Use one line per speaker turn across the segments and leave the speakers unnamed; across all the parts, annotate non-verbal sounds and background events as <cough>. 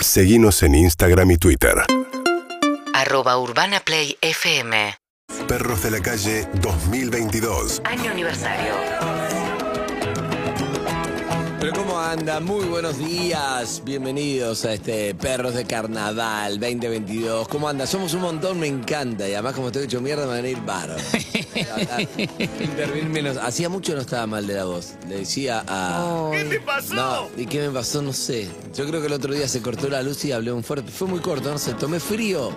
Seguimos en Instagram y Twitter.
Arroba Urbana Play FM.
Perros de la calle 2022.
Año aniversario.
Pero ¿cómo anda? Muy buenos días. Bienvenidos a este Perros de Carnaval 2022. ¿Cómo anda? Somos un montón, me encanta. Y además, como estoy hecho mierda, me van a ir varo. <laughs> Intervenir menos. Hacía mucho no estaba mal de la voz. Le decía a... ¿Qué te pasó? No, ¿y qué me pasó? No sé. Yo creo que el otro día se cortó la luz y hablé un fuerte... Fue muy corto, no sé. Tomé frío.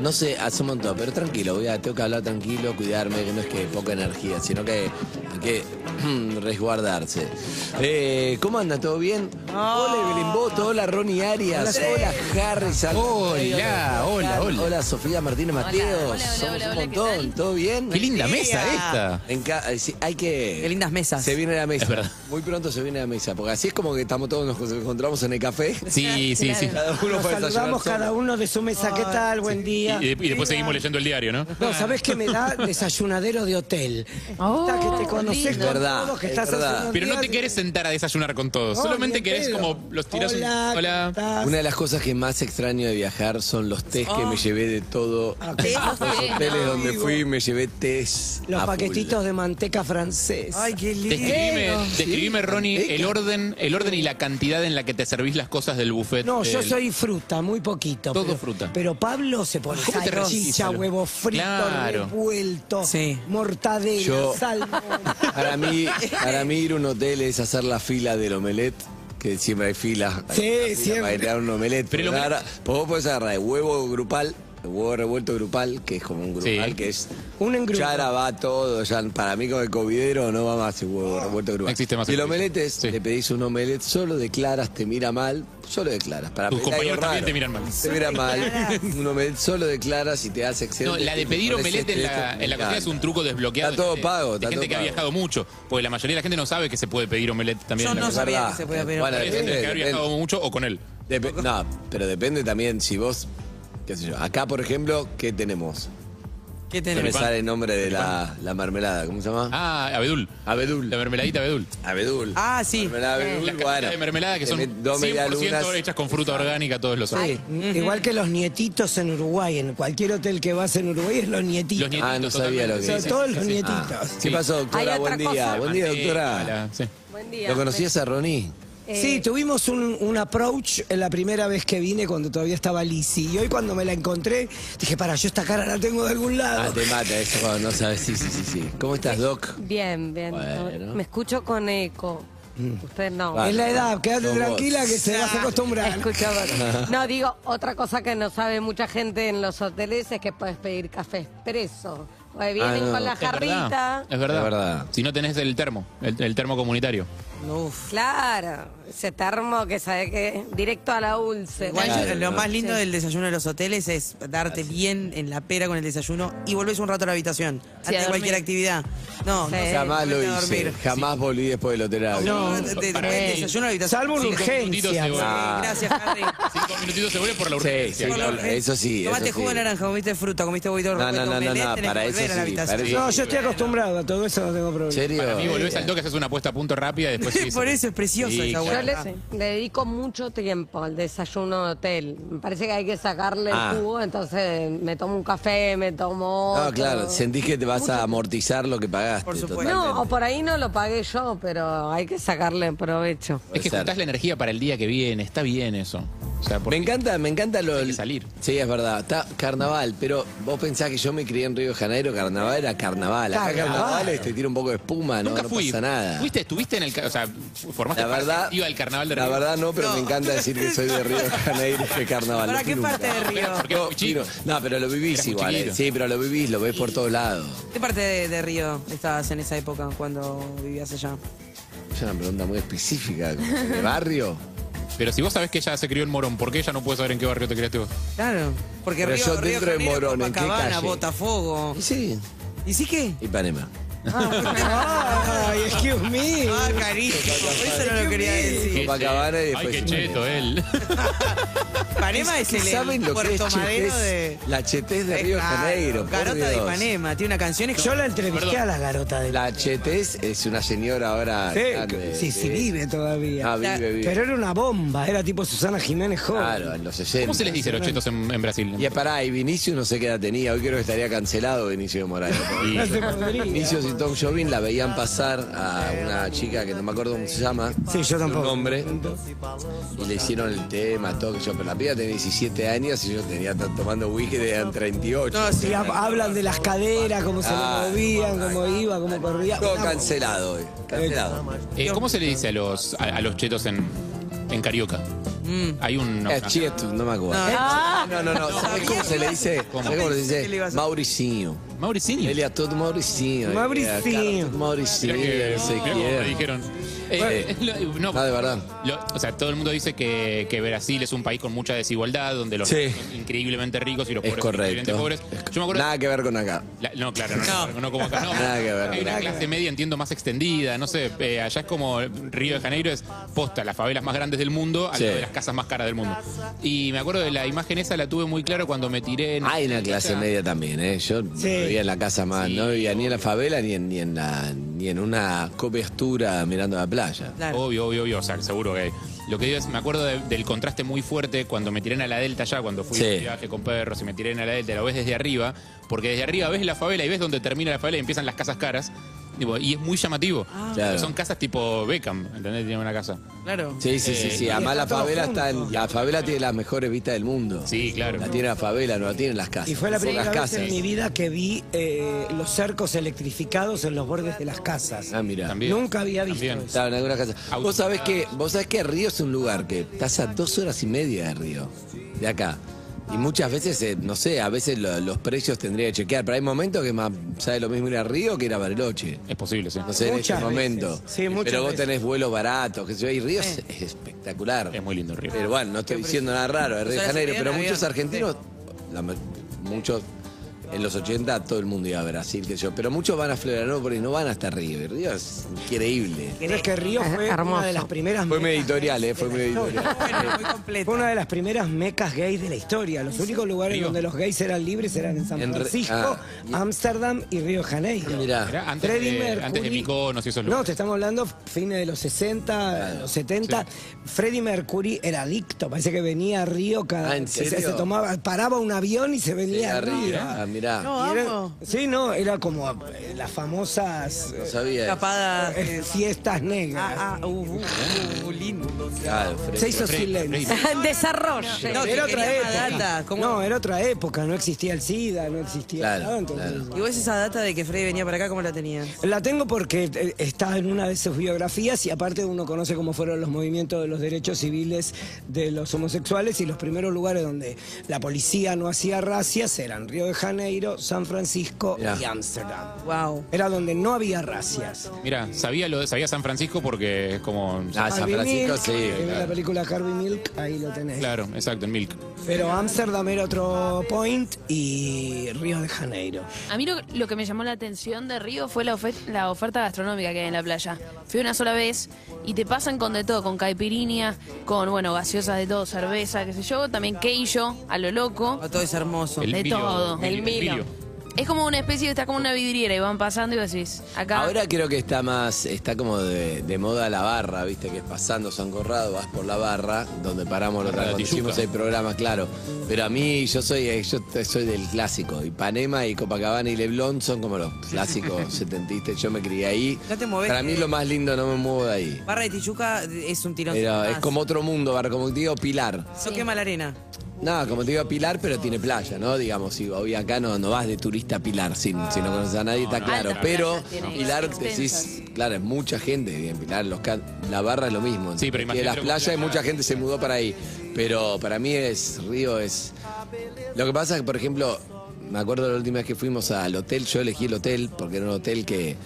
No sé, hace un montón, pero tranquilo, voy a, tengo que hablar tranquilo, cuidarme, que no es que poca energía, sino que hay que <clears throat> resguardarse. Eh, ¿Cómo anda? ¿Todo bien? Hola Evelyn Boto, hola Ronnie Arias, hola, Harrison.
Hola, hola, hola.
Hola Sofía Martínez Mateos,
hola, hola,
somos
hola,
un
hola, ¿qué
montón,
tal?
¿todo bien?
Qué linda mesa esta.
Me encanta, eh, sí, hay que...
Qué lindas mesas.
Se viene la mesa,
Es verdad.
muy pronto se viene la mesa, porque así es como que estamos todos, nos encontramos en el café.
Sí, sí, sí.
Cada uno
Nos
puede
saludamos
desayunar
cada
solo.
uno de su mesa. ¿Qué tal? Buen
Y,
día.
y- eh. y después seguimos leyendo el diario, ¿no?
No, ¿sabés qué me
<laughs>
da? Desayunadero de hotel.
Oh,
Está que te conoces
lindo.
con
Verdad,
todos, que
es
estás
verdad.
haciendo un
Pero no
día
te
de-
querés sentar a desayunar con todos.
No,
Solamente
ni en
querés
pedo.
como los tiros.
Hola, ¿qué
Hola.
estás?
Una de las cosas que más extraño de viajar son los tés
Oh.
que me llevé de todo.
Ah,
Sí,
Los
sí,
hoteles
no.
donde fui me llevé tés.
Los
a full.
paquetitos de manteca francés.
Ay, qué lindo.
Describime, describime, Ronnie, el orden, el orden y la cantidad en la que te servís las cosas del buffet.
No, yo
del-
soy fruta, muy poquito.
Este, Todo
pero-
fruta.
Pero Pablo se pone
¿Cómo te resistís a
salchicha,
lo-
huevo frito,
Claro.
revuelto,
Sí.
mortadela,
Yo-
<laughs>
salmón.
Para mí, para mí ir a un hotel es hacer la fila del omelette. Que siempre hay fila. hay
Sí,
una fila
siempre.
Para ir a un omelette.
Pero el
Pero
omelette-
ahora, pues vos podés agarrar el huevo grupal, el huevo revuelto grupal, que es como un grupal,
Sí.
que es.
Un engrudo.
Ya ahora va todo. Ya, para mí, como el covidero, no va más el huevo revuelto grupal.
No existe más
Y el
el
omelette es.
Sí.
Te pedís un omelette, solo declaras, te mira mal, solo declaras. Para
Tus
pedir
compañeros
algo
también
raro.
te miran mal.
Te mira mal. Un omelette solo declaras y te hace excedente.
No, la de
Tipo,
pedir
parece
omelette en
este,
la,
este,
en la
me
cocina es un
encanta.
truco desbloqueado.
Está
de
todo
gente-
pago,
de
está
gente
todo
que ha
pago.
viajado mucho. Porque la mayoría de la gente no sabe que se puede pedir omelette también.
Yo
en la
no
cocina.
sabía
verdad.
que se podía pedir
Bueno,
Hay gente que ha
depende,
viajado mucho o con él.
Dep- no, pero depende también si vos, qué sé yo, acá por ejemplo, ¿qué tenemos?
¿Qué
No me
tenemos?
sale el nombre de la, la mermelada, ¿cómo se llama?
Ah, abedul.
Abedul.
La mermeladita abedul.
Abedul.
Ah, sí.
Mermelada abedul,
Las
bueno.
cantidades de mermelada que
Te
son
met- dos
100%
medialunas.
hechas con fruta orgánica todos los años.
Igual que los nietitos en Uruguay. En cualquier hotel que vas en Uruguay es los nietitos.
Los nietitos,
Ah, no sabía lo que
totalmente,
Son
sí, sí,
todos
sí,
los
sí. Ah,
nietitos.
Ah,
Sí.
¿Qué pasó, doctora?
Hay
Buen
otra
día,
cosa.
buen día, doctora.
Ala, sí.
Buen día.
¿Lo conocías a Ronnie?
Eh,
Sí, tuvimos un, un approach en la primera vez que vine cuando todavía estaba Lisi. Y hoy cuando me la encontré, dije, para, yo esta cara la tengo de algún
Ah,
lado.
te mata eso cuando no sabes. Sí, sí, sí, sí. ¿Cómo estás, Doc?
Bien, bien.
Bueno. Mm.
Me escucho con eco. Usted no.
Vale.
es la edad, quédate
Somos-
tranquila que se vas a acostumbrar.
Escucho
<laughs>
con- No, digo, otra cosa que no sabe mucha gente en los hoteles es que puedes pedir café expreso. O vienen
Ah, no,
con la
es
Es
jarrita.
verdad, es verdad.
Es verdad.
Si no tenés el termo, el, el termo comunitario.
Uf.
Claro, ese termo que sabe que directo a la úlcera.
Igual yo-
Claro.
lo más lindo del desayuno de los hoteles es darte bien en la pera con el desayuno y volvés un rato a la habitación. antes de
dormir.
cualquier actividad. No,
Sí.
no sé,
Jamás lo
vete a
hice.
dormir.
Jamás volví después del hotel. a-
No, te- te-
Para-
el desayuno a la habitación.
Salvo una
Sí,
urgencia.
minutitos de-
Ah.
Gracias, Harry.
Cinco minutitos seguro por la
Sí, <laughs> sí,
urgencia.
no, eso sí.
Tomaste
eso
jugo de
sí.
naranja, comiste fruta, comiste
No,
huevito
no,
revuelto,
no, no,
omelette,
no,
tenés que
para eso
volver a la
sí,
habitación.
para
No, yo estoy acostumbrado a todo eso, no tengo
¿En
problema.
serio?
Para mí volvés al toque, haces una apuesta a punto rápida y después
<laughs> Por eso es precioso
Sí,
esa
claro.
Yo
hueá.
le, le dedico mucho tiempo al desayuno de hotel. Me parece que hay que sacarle
Ah.
el jugo, entonces me tomo un café, me tomo
No,
otro.
claro, sentís que te vas a amortizar lo que pagaste.
Por supuesto.
No, o
totalmente.
por ahí no lo pagué yo, pero hay que sacarle provecho.
Es
Puede
que
ser.
juntás la energía para el día que viene, está bien eso. O sea,
Me
porque-
encanta, me encanta lo
Hay que salir.
Sí, es verdad. Está carnaval, pero vos pensás que yo me crié en Río de Janeiro, carnaval era carnaval. Acá
Carnaval.
carnaval te tira un poco de espuma, no,
Nunca
no
fui.
pasa nada.
Fuiste, estuviste en el. ca- O sea, formaste
La verdad,
iba al carnaval de
la
Río.
verdad no, pero
No.
me encanta decir que soy de Río de Janeiro y que carnaval.
¿Para
no
qué
fui
parte
nunca.
de Río?
Pero porque
No,
eras muy chico.
miro- no, pero lo vivís
Eras muy
igual. eh.
chiquito.
Sí, pero lo vivís, lo ves por todos lados.
¿Qué parte de, de Río estabas en esa época cuando vivías allá?
Es una pregunta muy específica. como, ¿De barrio?
Pero si vos sabés que ella se crió en Morón, ¿por qué ella no puede saber en qué barrio te criaste vos?
Claro, porque
Pero
Río,
yo
Río
dentro de
Janeiro,
Morón, ¿en qué
Copacabana,
calle?
Botafogo.
Y sí,
¿Y sí qué?
Ipanema.
Ay, excuse me.
Ah, carísimo. Eso no lo quería decir.
Copacabana y eh, después
Ay, qué
Chimborazo.
cheto él.
Panema es el,
¿Saben
el
lo que es
puerto madero
Chetés?
de.
La Chetés de
Es
Río de
claro,
Janeiro. por
Garota de
Dios.
Ipanema. Tiene una canción. Es
Yo la entrevisté
Perdón.
a la garota de
La Chetés es una señora ahora. grande,
Sí, sí,
de-
vive todavía.
Ah, vive, vive.
Pero era una bomba, era tipo Susana Jiménez joven.
Claro, en los 60.
¿Cómo se les dice a los chetos en, en Brasil?
Y pará, y Vinicius no sé qué edad tenía. Hoy creo que estaría cancelado Vinicius de
<laughs>
Moraes.
No se podría.
Vinicius y Tom Jobim la veían pasar a una chica que no me acuerdo cómo se llama.
Sí, yo tampoco.
Un hombre. Y le hicieron el tema, todo que yo. Pero la piba tenía 17 años y yo tenía t- tomando whisky de 38.
No, sí,
Y ha- hablan de las caderas, cómo se le
Ah,
movían, cómo iba, cómo corría.
Todo
Una-
cancelado hoy. Cancelado.
Eh, ¿Cómo se le dice a los, a, a los chetos en, en Carioca? Hay un...
Mm. Es cheto, Eh, no me acuerdo. No, no, no. ¿Sabes cómo se le dice?
¿Cómo?
¿Sabés cómo le
¿Qué le
dice?
ibas a-
Mauricinho.
Mauricinho.
Él y a todo Mauricinho.
Mauricinho.
Carlos Mauricinho,
Mirá que-
no sé
mirá cómo me
quién.
dijeron. Eh, lo- no,
No, de verdad.
lo- o sea, todo el mundo dice que, que Brasil es un país con mucha desigualdad, donde los
Sí.
ricos son increíblemente ricos y los
Es
pobres son increíblemente
correcto.
pobres. Yo me acuerdo.
Nada que ver con acá.
la- no, claro, no, no, no como acá.
<laughs>
No,
Nada que ver,
Hay
nada
una
que
clase media, entiendo, más extendida. No sé, eh, allá es como Río de Janeiro es posta, las favelas más grandes del mundo, a
Sí.
de las casas más caras del mundo. Y me acuerdo de la imagen esa, la tuve muy claro cuando me tiré. en-
Hay una clase media también, ¿eh? Yo vivía en la casa más, no vivía ni en la favela ni en, ni en, la- ni en una cobertura mirando la playa.
Claro.
Obvio, obvio, obvio, o sea, seguro que hay. Lo que digo es, me acuerdo de- del contraste muy fuerte cuando me tiré a la delta ya, cuando fui
Sí.
de viaje con perros y me tiré a la delta, lo ves desde arriba, porque desde arriba ves la favela y ves donde termina la favela y empiezan las casas caras. tipo, y es muy llamativo.
Claro.
Son casas tipo Beckham, ¿entendés? Tiene una casa.
claro.
Sí, sí, sí,
Eh,
sí. Además la favela está en- la favela tiene las mejores vistas del mundo.
Sí, claro.
La tiene la favela, no la tienen las casas.
Y fue la
Son
primera
las
vez
casas.
en mi vida que vi eh, los cercos electrificados en los bordes de las casas.
Ah, mira.
También.
Nunca había visto
También.
eso.
Claro, en algunas casas.
Auto-
Vos sabés que, vos sabés que Río es un lugar que estás a dos horas y media de Río, de acá. Y muchas veces, eh, no sé, a veces lo- los precios tendría que chequear, pero hay momentos que más sale lo mismo ir a Río que ir a Bariloche.
Es posible, sí.
No sé,
Muchas
en este
veces.
momento.
Sí, muchas
pero vos
veces.
tenés vuelos baratos, que se y Río es, es espectacular.
Es muy lindo el río.
Pero bueno, no estoy diciendo nada raro, es Río de
Dos horas y
Janeiro,
media en
pero muchos
avión,
argentinos, la ma- muchos en los 80 todo el mundo iba a Brasil, que yo, pero muchos van a Florianópolis, no van hasta Río, y Río es increíble.
Pero es que Río
Es
fue una
hermoso.
de las primeras
Fue mi
mecas
editorial,
gays
eh, fue
de
mi
la
editorial.
historia.
Bueno, muy completo.
Fue una de las primeras mecas gays de la historia. Los únicos lugares
Río.
donde los gays eran libres eran en San
En Re-
Francisco,
ah.
Ámsterdam y Río de Janeiro.
Mirá.
Era antes
Freddie
de-
Mercury-
antes de Mykonos y esos
No,
lugares.
te estamos hablando fines de los 60, los 70. Freddie Mercury era adicto. Parece que venía a Río cada
Ah, ¿en
se- Se,
serio?
tomaba, paraba un avión y se venía a Río.
Ah, mirá, no
No,
Y era-
amo.
sí, no, era como eh, las famosas eh,
sabía.
Tapada.
eh, fiestas negras.
Ah, ah, uh, uh, uh, lindo.
Claro, Fred.
Se hizo
Fre-
silencio.
Fre-
<laughs> Desarrollo.
No, que
era otra
quería más
época.
data, ¿cómo?
No, era otra época. No existía el SIDA, no existía
Claro,
nada, entonces-
claro.
¿Y vos esa data de que Freddy venía para acá, cómo la tenías?
La tengo porque eh, está en una de sus biografías y aparte uno conoce cómo fueron los movimientos de los derechos civiles de los homosexuales y los primeros lugares donde la policía no hacía racias eran Río de Janeiro, San Francisco
Mirá.
y Ámsterdam.
Wow.
Era donde no había racias.
Mira, sabía lo de, sabía San Francisco porque es como.
Ah, San
Harvey
Francisco,
Milk,
sí.
que en la
claro.
película Harvey Milk, ahí lo tenés.
Claro, exacto, en Milk.
Pero Ámsterdam era otro point y Río de Janeiro.
A mí lo, lo que me llamó la atención de Río fue la, ofe- la oferta gastronómica que hay en la playa. Fui una sola vez y te pasan con de todo, con caipirinha, con, bueno, gaseosas de todo, cerveza, qué sé yo, también queijo, a lo loco.
Todo es hermoso.
El
De
Milo,
todo.
Milo,
El Milo.
Milo.
Es como una especie, está como una vidriera y van pasando y vos decís, acá...
Ahora creo que está más, está como de, de moda la barra, viste, que es pasando San Corrado, vas por la barra, donde paramos los
Barra de
cuando
Tijuca.
hicimos el programa, claro. Pero a mí, yo soy, eh, yo t- soy del clásico. Ipanema y Copacabana y Leblon son como los clásicos setentistas. Yo me crié ahí.
No te movés,
Para mí
eh.
lo más lindo, no me muevo de ahí.
Barra de Tijuca es un tirón.
Pero
sin
es
más.
como otro mundo, barra, como te digo, Pilar.
No quema la arena.
No, como te digo, Pilar, pero tiene playa, ¿no? Digamos, si hoy acá no, no vas de turista a Pilar, si, si Ah, no conoces a nadie, está claro.
Altas
pero
playas tiene,
Pilar,
extensas.
decís, claro, es mucha gente en Pilar, los can- la barra es lo mismo.
Sí,
Y
pero
en
imagínate
las
lo
playas
complicado.
mucha gente se mudó para ahí. Pero para mí es, Río es... Lo que pasa es que, por ejemplo, me acuerdo la última vez que fuimos al hotel, yo elegí el hotel porque era un hotel que...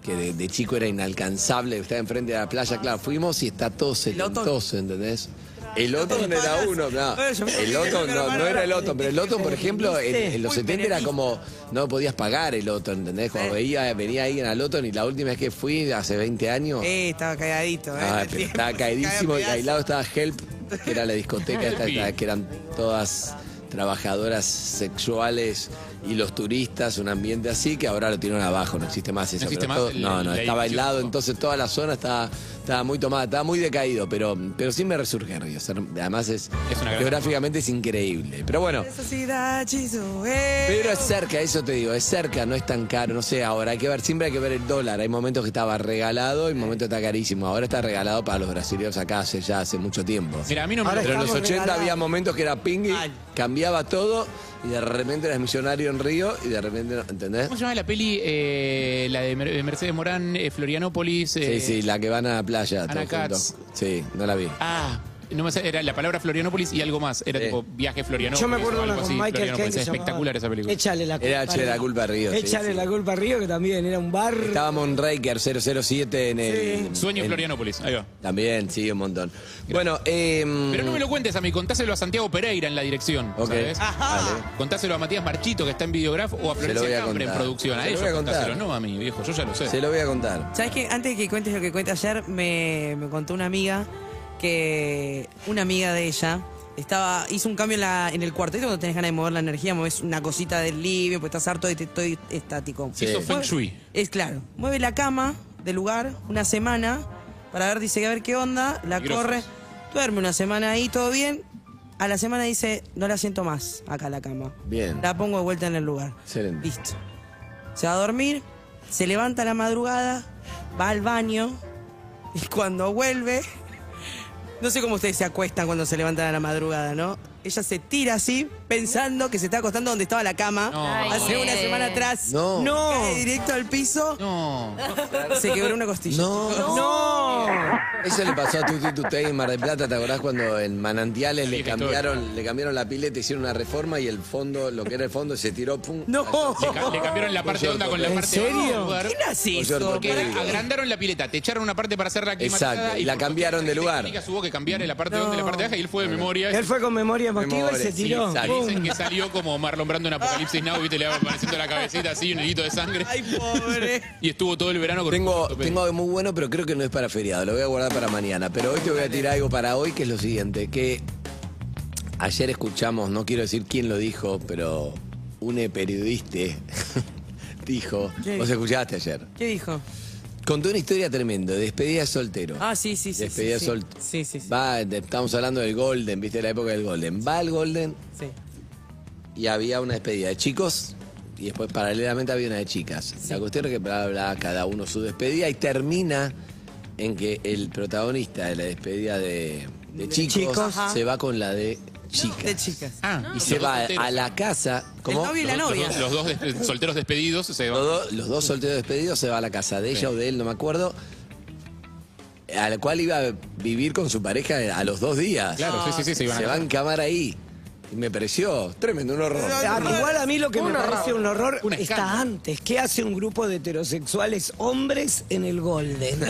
Que de, de chico era inalcanzable, estaba enfrente de la playa, claro, fuimos y está todo
Otón.
setentoso, ¿entendés? El Otón era
Palas.
uno, no.
Bueno, yo me-
El Otón
pero
no,
para-
no era el Otón, pero el Otón, por ejemplo, en, en los
Muy
70 era
peronista.
como no podías pagar el Otón, ¿entendés? Como
Sí.
veía, venía alguien al Otón y la última vez que fui, hace 20 años,
Eh, estaba calladito, eh. <laughs>
ah, pero
Este tiempo,
estaba caidísimo y
cae a
al lado estaba Help, que era la
<laughs>
discoteca esta- esta- que eran todas trabajadoras sexuales y los turistas, un ambiente así que ahora lo tiraron abajo, no existe más eso.
¿No existe
pero
más
todo-
el-
no, no,
la
estaba al
edificio?
lado, entonces toda la zona estaba, estaba muy tomada, estaba muy decaído, pero, pero sí me resurge Río. o sea, además es,
Es una gran-
geográficamente es increíble. Pero bueno.
pedazos. Sociedad, chisu, eh.
Pero es cerca, eso te digo, es cerca, no es tan caro, no sé, ahora hay que ver, siempre hay que ver el dólar, hay momentos que estaba regalado y momentos que está carísimo, ahora está regalado para los brasileños acá hace ya hace mucho tiempo.
Mira, a mí no me
Ahora
Pero en los
estamos
80
regalados.
había momentos que era ping,
Mal.
cambiaba todo y de repente eras millonario en Río y de repente, no- ¿entendés?
¿Cómo se llama la peli? Eh, la de Mer- Mercedes Morán, eh, Florianópolis.
Sí,
eh,
sí, la que van a la playa.
Ana
todos juntos.
Katz.
Sí, no la vi.
Ah, no me sé, era la palabra Florianópolis y algo más. Era
Sí.
tipo viaje Florianópolis.
Yo me
o
acuerdo
algo
una con
así,
Michael Caine.
Florianópolis.
que
Es
se llamaba
espectacular esa película.
Échale la culpa.
Era Échale la
Río.
culpa a Río, sí,
Échale
sí.
la culpa a Río, que también era un bar.
Estábamos en Riker 007 en el...
Sueño
en-
Florianópolis, ahí va.
También, sí, un montón. Bueno, eh,
Pero no me lo cuentes a mí, contáselo a Santiago Pereira en la dirección,
Ok.
¿sabes? Contáselo a Matías Marchito, que está en Videograf, o a
Se lo voy
Florencia
a
Cambre en
contar.
producción.
Se
A
lo
ellos
voy a contar.
contáselo, no a mí, viejo, yo ya lo sé.
se lo voy a contar.
¿Sabes qué? Antes de que cuentes lo que cuente ayer, me, me contó una amiga que una amiga de ella estaba hizo un cambio en, la, en el cuarto. ¿Viste cuando tenés ganas de mover la energía? Mueves una cosita del living, pues estás harto de que estoy estático.
Sí. Hizo feng shui.
Es claro. Mueve la cama del lugar una semana para ver, dice, a ver qué onda, la
Peligrosos.
corre, duerme una semana ahí, todo bien. A la semana dice, no la siento más acá la cama.
Bien.
La pongo de vuelta en el lugar.
Excelente.
Listo. Se va a dormir, se levanta a la madrugada, va al baño y cuando vuelve, no sé cómo ustedes se acuestan cuando se levantan a la madrugada, ¿no? Ella se tira así pensando que se está acostando donde estaba la cama
No.
hace
Ay,
una
eh.
semana atrás.
No.
Cae directo al piso,
No.
se quebró una costilla.
No.
No.
Eso le pasó a Tuti Tutei en Mar del Plata, ¿te acordás cuando en Manantiales le
Vieja
cambiaron, le cambiaron la pileta, hicieron una reforma y el fondo, lo que era el fondo, se tiró, pum.
No.
Le, ca- le cambiaron la parte
Yo
onda con la
¿En
parte
serio?
del lugar.
¿Quién hace
Por
eso?
cierto,
Porque
¿Para qué?
agrandaron la pileta, te echaron una parte para hacerla climatizada.
Exacto, y la
por
cambiaron de
cuestiones
lugar.
técnicas Hubo que cambiar en la parte onda y la parte baja y él fue de memoria.
Él fue con memoria emotiva y
Memoria,
se
sí,
tiró.
exacto.
Pum.
Dicen que salió como Marlon Brando en Apocalipsis Now, viste, le va apareciendo la cabecita así, un hilito de sangre.
Ay, pobre.
Y estuvo todo el verano con
Tengo,
ortopedia.
tengo algo muy bueno, pero creo que no es para feriado, lo voy a guardar para mañana. Pero hoy te voy a tirar algo para hoy, que es lo siguiente, que ayer escuchamos, no quiero decir quién lo dijo, pero un periodista <laughs> dijo,
¿Qué?
vos escuchaste ayer,
¿Qué dijo?
contó una historia tremenda, de despedida de soltero.
Ah, sí, sí, sí.
Despedida
sí, sí.
sol.
Sí, sí, sí.
Va, de- estamos hablando del Golden, viste la época del Golden. Va al Golden
sí.
y había una despedida de chicos y después paralelamente había una de chicas. La cuestión es que bla, bla, cada uno su despedida y termina en que el protagonista de la despedida de, de chicos,
chicos.
se va con la de chicas.
De chicas.
Ah,
Y
los
se
dos
va
solteros.
a la casa. como
El novio y la
Los,
novia.
dos- los dos des- solteros despedidos se van.
Los, dos- los dos solteros despedidos se va a la casa de ella o de él, no me acuerdo. A la cual iba a vivir con su pareja a los dos días. Ah.
Claro, sí, sí, sí, se iban a
Se va a encamar ahí. Y me pareció tremendo, un horror.
Ah, Igual a mí lo que me parece un horror
Un escándalo.
está antes. ¿Qué hace un grupo de heterosexuales hombres en
<laughs>
el Golden?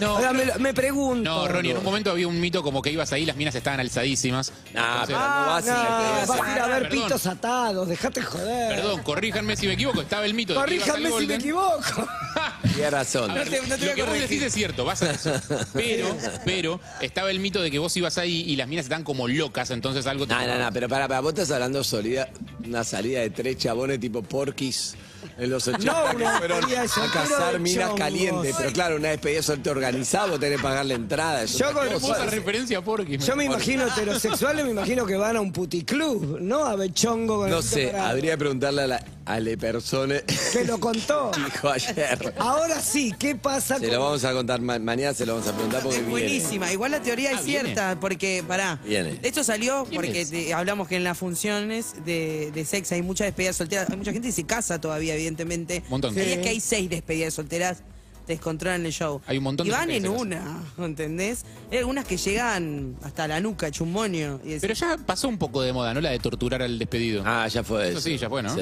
No.
Ahora me, lo- me pregunto.
No, Ronnie, en un momento había un mito como que ibas ahí y las minas estaban alzadísimas.
Nah,
Entonces,
pero no eh, vas
No,
a
vas a ir a ver
Perdón.
pitos atados, dejate joder.
Perdón, corríjanme si me equivoco, estaba el mito. de que ibas al
Corríjame si me
Golden.
equivoco.
Tienes razón.
A ver,
te- no te voy
lo
a
que vos
corregir.
decís es cierto, vas
<laughs>
a eso. Pero, pero, estaba el mito de que vos ibas ahí y las minas están como locas, entonces algo te-
No, no, no, pero para, para, vos estás hablando solida, una salida de tres chabones tipo porquis en los 80
No,
que
una
fueron
despedida de
a
soltero
cazar
de
minas
chongos.
calientes. Pero claro, una despedida soltero organizada, vos tenés que pagar la entrada. es
Yo
otra
con-
cosa.
Hermosa referencia porque
Yo me imagino heterosexuales, me imagino que van a un puticlub, ¿no? A Bechongo con
No
el
sé,
dorado.
habría que preguntarle a, la, a Le <laughs> Persone
Que lo contó.
dijo ayer.
Ahora sí, ¿qué pasa
Se
con-
lo vamos a contar ma- mañana, se lo vamos a preguntar porque
Es
viene.
buenísima. Igual la teoría es
Ah, viene.
cierta, porque, pará.
Viene.
Esto salió
¿Quién
porque
es?
te- hablamos que en las funciones de, de sexo hay muchas despedidas solteras. Hay mucha gente que se casa todavía, evidentemente.
Montón.
¿Sabías
Sí.
que hay seis despedidas solteras te descontrolan el show.
Hay un montón
y
de
van
gente
en
que hace
una, ¿entendés? Hay algunas que llegan hasta la nuca, chumonio. Y decís,
Pero ya pasó un poco de moda, ¿no? La de torturar al despedido. Ah,
Ah, ya fue
Eso
eso.
sí, ya fue, ¿no?
Sí.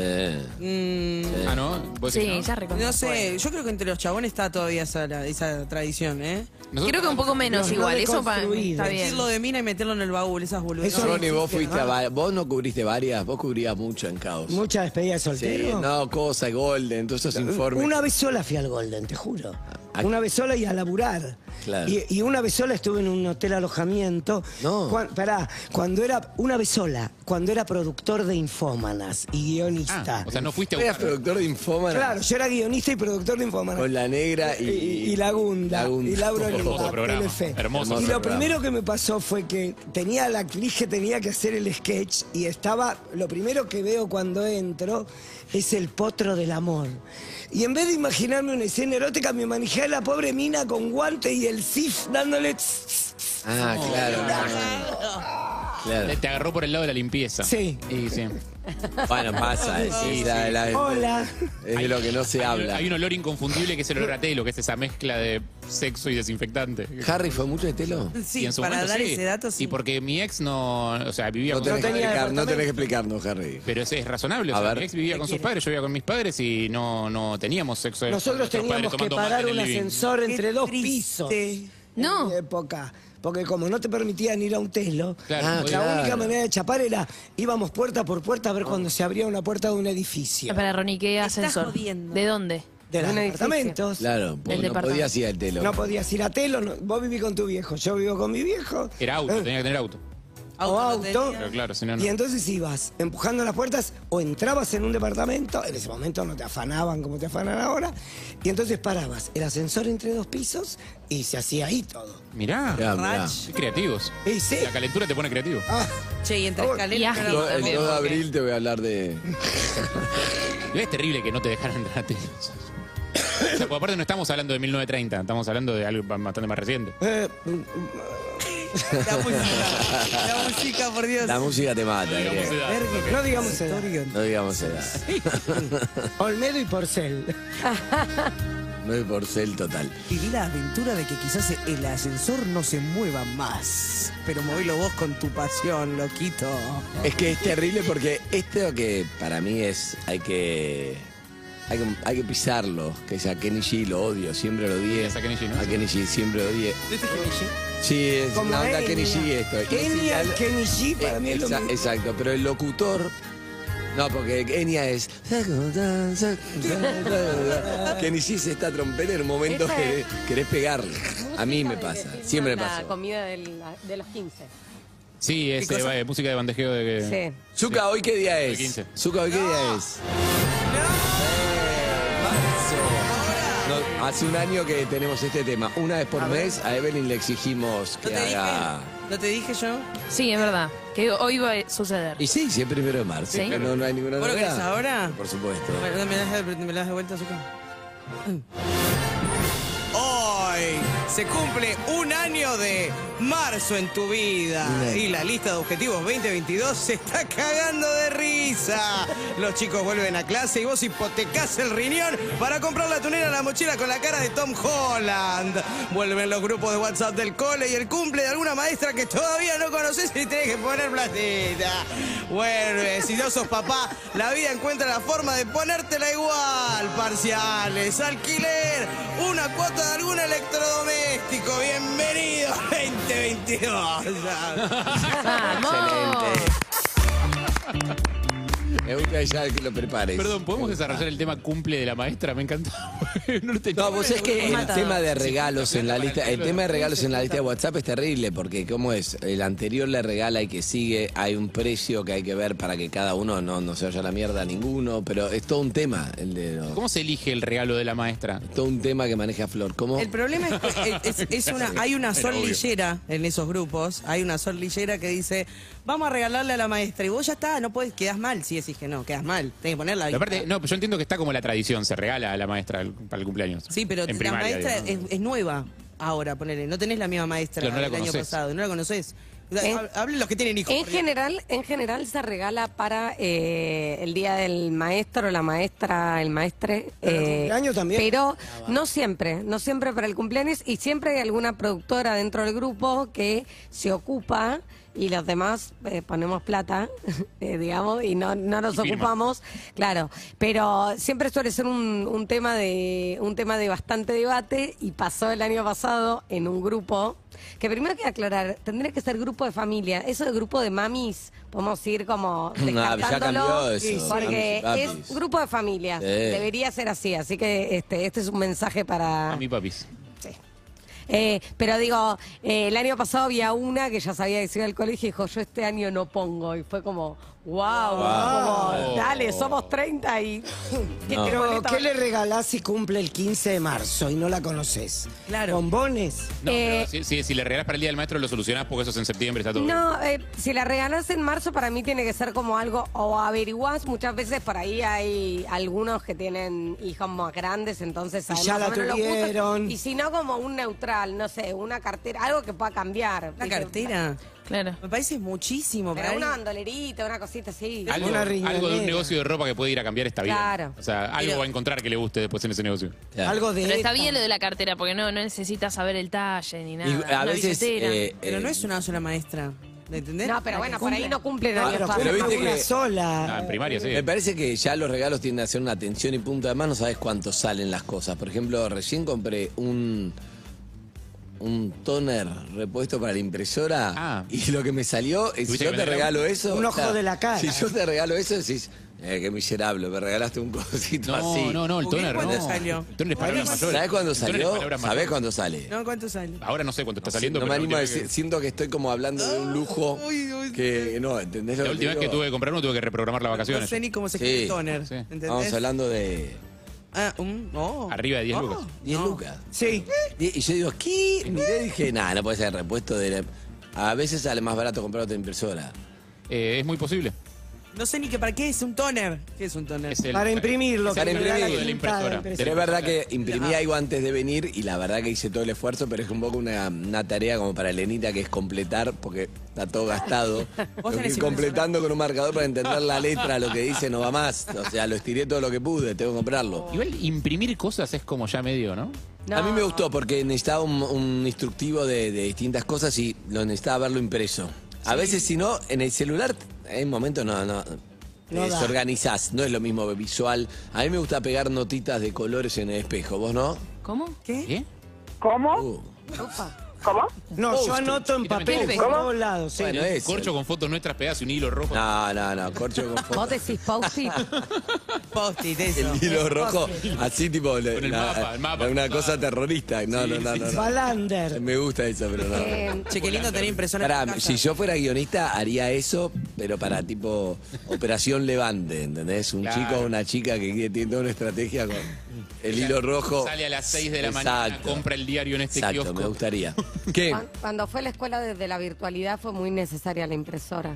mm,
¿no? ¿Vos decís que
Sí,
no?
ya reconozco.
no sé, yo creo que entre los chabones está todavía esa, la- esa tradición, ¿eh?
Nosotros-
Creo que un poco menos
No, no
igual, eso pa-
deconstruido.
está bien.
Meterlo de mina y meterlo en el baúl, esas boludeces.
Eso-
Ronnie, vos fuiste a varias- vos no cubriste varias, vos cubrías mucho en caos.
Mucha despedida de
Sí,
soltero.
no, cosa, Golden, todos esos informes.
Una vez sola fui al Golden, te juro.
Ah,
Una vez sola y a laburar.
Claro.
Y, y una vez sola estuve en un hotel alojamiento.
No.
Cuan- pará, cuando era, una vez sola, cuando era productor de Infómanas y guionista.
Ah, o sea, no fuiste a
Eras
buscar.
productor de Infómanas
Claro, yo era guionista y productor de Infómanas.
con la negra y,
y, y la Gunda.
<laughs>
Y Laura
Hermoso
Oliva,
programa,
Telefe.
hermoso
Y
programa.
lo primero que me pasó fue que tenía la actriz que tenía que hacer el sketch y estaba. Lo primero que veo cuando entro es el potro del amor. Y en vez de imaginarme una escena erótica, me manejé a la pobre mina con guante y el sif dándole. tss, tss, tss.
Ah, claro.
Te-
Claro.
Te agarró por el lado de la limpieza.
Sí.
Y sí.
Bueno, pasa. Es, es la- la-
Hola.
es de lo que no se
Hay-
habla.
Hay un olor inconfundible que es el olor a telo, que es esa mezcla de sexo y desinfectante.
¿Harry fue mucho de telo?
<laughs> Sí,
Y en su
para
momento
dar
sí.
ese dato, sí.
Y porque mi ex no. O sea, vivía
No
con
tenés,
sus
que
padres.
explicar, no tenés que explicarnos, Harry.
Pero es, es razonable. o
A
sea,
ver.
mi ex vivía con sus padres, yo vivía con mis padres y no, no teníamos sexo.
Nosotros
Nuestros padres
teníamos que
tomando mate
parar
en el
un
living.
ascensor
Qué
entre dos
triste.
pisos.
No.
En mi época. Porque como no te permitían ir a un telo,
Claro,
Ah,
podía-
La
Claro.
única manera de chapar era íbamos puerta por puerta a ver cuando se abría una puerta de un edificio.
Para Ronnie, ¿qué ascensor?
jodiendo.
¿De dónde?
De los
Un edificio.
apartamentos.
Claro, porque no
departamento.
podías ir al telo.
No podías ir a telo, no- vos vivís con tu viejo, yo vivo con mi viejo.
Era auto, tenía que tener auto.
o Oh, auto.
Pero claro, si no, no.
Eh. Y entonces ibas empujando las puertas o entrabas en un departamento, en ese momento no te afanaban como te afanan ahora, y entonces parabas el ascensor entre dos pisos y se hacía ahí todo.
Mirá,
Mirá, mirá.
qué creativos.
Y sí.
La calentura te pone creativo.
Ah,
Che, y entre
Ahora-
Y
escaleras.
ágil.
pero-
Yo el 2 de abril te voy a hablar de.
Es terrible que no te dejaran entrar a tele. <coughs> O sea, porque aparte no estamos hablando de 1930, estamos hablando de algo bastante más reciente.
eh,
<laughs> La música. La música, por Dios.
La música te mata,
eh,
Digamos
Ariel.
edad.
verga, no digamos edad.
No digamos edad.
Olmedo y Porcel.
No es porcel total.
Viví la aventura de que quizás el ascensor no se mueva más.
Pero movilo vos con tu pasión, loquito.
Es que es terrible porque esto que para mí es. Hay que. Hay que, hay que pisarlo. Que es a Kenny G lo odio, siempre lo odié.
Es a Kenny G, ¿no?
A Kenny G, siempre lo odié. Sí, es
Como
una onda
Enya.
Kenny G esto. Y
Enya,
es-
Kenny G, para mí es lo
Eh, Exa-
mismo.
Exacto, pero el locutor. No, porque Enya es. Kenny G se está trompeta en el momento
Esa
que
es-
querés pegarle. A mí me pasa, siempre me
La
pasa.
comida del- de los 15.
Sí, es eh, eh, música de bandejeo de que.
Sí.
Zuka, ¿hoy qué día
El
es?
15.
Zuka, ¿hoy qué día es? Eh, marzo. No, hace un año que tenemos este tema. Una vez por mes a Evelyn le exigimos
¿No
que
te dije?
haga.
¿No te dije yo?
Sí, es verdad. Que hoy va a suceder.
Y sí, sí, el primero de marzo.
Sí.
No, no hay ninguna
¿Vos lo
novedad.
querés ahora?
Por supuesto.
Bueno, ¿Me das, me das de vuelta, Azúcar? Hoy se cumple un año de marzo en tu vida y la lista de objetivos 2022 se está <laughs> cagando de risa. Los chicos vuelven a clase y vos hipotecás el riñón para comprar la tunera a la mochila con la cara de Tom Holland. Vuelven los grupos de WhatsApp del cole y el cumple de alguna maestra que todavía no conoces y tenés que poner platita. Vuelve, si no sos papá, la vida encuentra la forma de ponértela igual. Parciales, alquiler, una cuota de algún electrodoméstico. Bienvenido 2022.
¡Vamos!
Me gusta ya que lo prepares.
Perdón, ¿podemos desarrollar el tema cumple de la maestra? Me encantó. <laughs> no lo tenía.
No, vos es que el tema de regalos en la lista, el tema de regalos en la lista de WhatsApp es terrible porque cómo es, el anterior le regala y que sigue, hay un precio que hay que ver para que cada uno no, no se vaya a la mierda a ninguno, pero es todo un tema, el de los-
¿Cómo se elige el regalo de la maestra?
todo un tema que maneja Flor. ¿Cómo?
El problema es que es- es- es una, hay una solillera en esos grupos, hay una solillera que dice, vamos a regalarle a la maestra. Y vos ya está, no puedes, quedás mal. Si decís que no, quedás mal. Tenés que ponerla
Pero aparte, no, yo entiendo que está como la tradición, se regala a la maestra al- para el cumpleaños.
Sí, pero
En
la
primaria,
maestra
digamos.
es, es nueva ahora, ponele. No tenés la misma maestra
Claro, no la
del año
conocés.
pasado, no la conocés.
En-
Hab- Hablen los que tienen hijos.
En
porque-
general, en general se regala para eh, el día del maestro, la maestra, el maestre.
Para el
eh,
cumpleaños también.
Pero no siempre, no siempre para el cumpleaños y siempre hay alguna productora dentro del grupo que se ocupa y los demás eh, ponemos plata, <laughs> eh, digamos, y no, no nos
Y firma.
ocupamos, claro. Pero siempre suele ser un, un tema de un tema de bastante debate y pasó el año pasado en un grupo que primero hay que aclarar, tendría que ser grupo de familia, eso de grupo de mamis, podemos ir como
<laughs> Ah, ya
descartándolo,
cambió eso,
porque
mamis y
es
papis.
grupo de familia,
Sí.
debería ser así, así que este este es un mensaje
A
para
Ah, mi papis.
eh, pero digo, eh, el año pasado había una que ya sabía que se iba al colegio y dijo, yo este año no pongo. Y fue como, wow, como, dale, somos 30 <laughs> y... ¿Qué te
Pero,
molesta?
¿qué le regalás si cumple el 15 de marzo y no la conoces?
Claro.
Bombones.
No,
Eh,
pero si, si- si le regalas para el día del maestro, lo solucionás porque eso es en septiembre, está todo. bien.
No, eh, si la regalas en marzo, para mí tiene que ser como algo, o averiguás, muchas veces por ahí hay algunos que tienen hijos más grandes, entonces
Y
saben
ya
más
la
o menos los gustos.
tuvieron.
Y si no, como un neutral, no sé, una cartera, algo que pueda cambiar.
Una
¿viste?
cartera.
Claro.
Me parece muchísimo.
Pero
para
una
alguien-
bandolerita, una cosita así.
Algo,
Una riñonera.
algo de un negocio de ropa que puede ir a cambiar está bien.
Claro.
O sea, algo
Pero-
va a encontrar que le guste después en ese negocio.
Claro.
Algo de
Pero está
esta.
bien lo de la cartera, porque no, no necesitas saber el talle ni nada.
Y a
Una
veces,
billetera.
eh,
Pero no
eh,
es una sola maestra. ¿Me entendés?
No, pero bueno, por ahí no cumplen
Ah,
años
pero,
pasados.
pero viste
una
que-
sola.
Ah, en primaria, sí.
Me parece que ya los regalos tienden a ser una atención y punto. Además, no sabes cuánto salen las cosas. Por ejemplo, recién compré un. Un toner repuesto para la impresora
Ah.
y lo que me salió es si
Tuviste
yo
que
te
vender
regalo
uno.
eso.
Un ojo de la cara.
Si yo te regalo eso, decís, eh, qué miserable, me regalaste un <laughs> cosito
No,
así.
no, no, el
¿Por qué?
toner
¿Cuándo
no.
salió?
El toner es palabras mayores.
¿Sabes cuándo
El toner es
salió?
palabras
¿Sabés
mayores.
cuándo sale?
No, ¿cuántos años?
Ahora no sé cuánto está saliendo,
no me
pero la
animo a
última
decir,
vez
siento que estoy como hablando de un lujo
Ah, Uy, uy,
que no, ¿entendés
que-
lo
la última
te
vez que
digo?
tuve que comprar uno tuve que reprogramar las
No
vacaciones.
sé ni cómo se
Sí.
escribe toner.
Sí.
¿Entendés?
Vamos hablando de
Ah, un- oh.
Arriba de 10
Oh.
lucas.
10
No.
lucas.
Sí.
Y y yo digo, ¿qué? Miré y dije, nada, no puede ser repuesto de la... A veces sale más barato comprar otra impresora.
Eh, es muy posible.
No sé ni qué para qué es un toner. ¿Qué es un toner?
Es el-
Para imprimirlo.
Para
que me da la
imprimir.
De la
tinta
impresora.
impresora.
Pero es verdad que imprimí algo antes de venir y la verdad que hice todo el esfuerzo, pero es un poco una, una tarea como para Lenita que es completar, porque está todo gastado. Tengo que
tenés
ir completando con un marcador para entender la letra, lo que dice, no va más. O sea, lo estiré todo lo que pude, tengo que comprarlo.
Igual imprimir cosas es como ya medio, ¿no?
A mí me gustó porque necesitaba un, un instructivo de, de distintas cosas y lo necesitaba verlo impreso. A veces, si no, en el celular, en momentos no, no.
No da.
desorganizás, no es lo mismo visual. A mí me gusta pegar notitas de colores en el espejo, ¿vos no?
¿Cómo?
¿Qué?
¿Qué?
¿Cómo?
Uh, <laughs>
¿Cómo?
No, yo
Post-it.
anoto en
Y también
papel
tenés-
por
¿Cómo?
todos lados. ¿eh? sí.
bueno, eso.
Corcho con fotos nuestras pegadas y un hilo rojo.
No, no, no, corcho con
Vos
foto.
decís
<laughs>
post-it.
Post-it, eso.
El hilo rojo, así tipo le-
Con el
la-
mapa, el mapa.
una cosa terrorista. No, no, no, no, no.
Balander.
Me gusta eso, pero no.
Eh,
Che, qué lindo tener impresiones.
Pará, si yo fuera guionista haría eso, pero para tipo Operación Levante, ¿entendés? Un
Claro.
chico o una chica que quiere- tiene toda una estrategia con el hilo rojo.
Sale a las 6 de la
Exacto.
mañana, compra el diario en este
Exacto,
kiosco. Ah.
me
<laughs>
gustaría. ¿Qué?
cuan- Cuando fue a la escuela desde la virtualidad fue muy necesaria la impresora.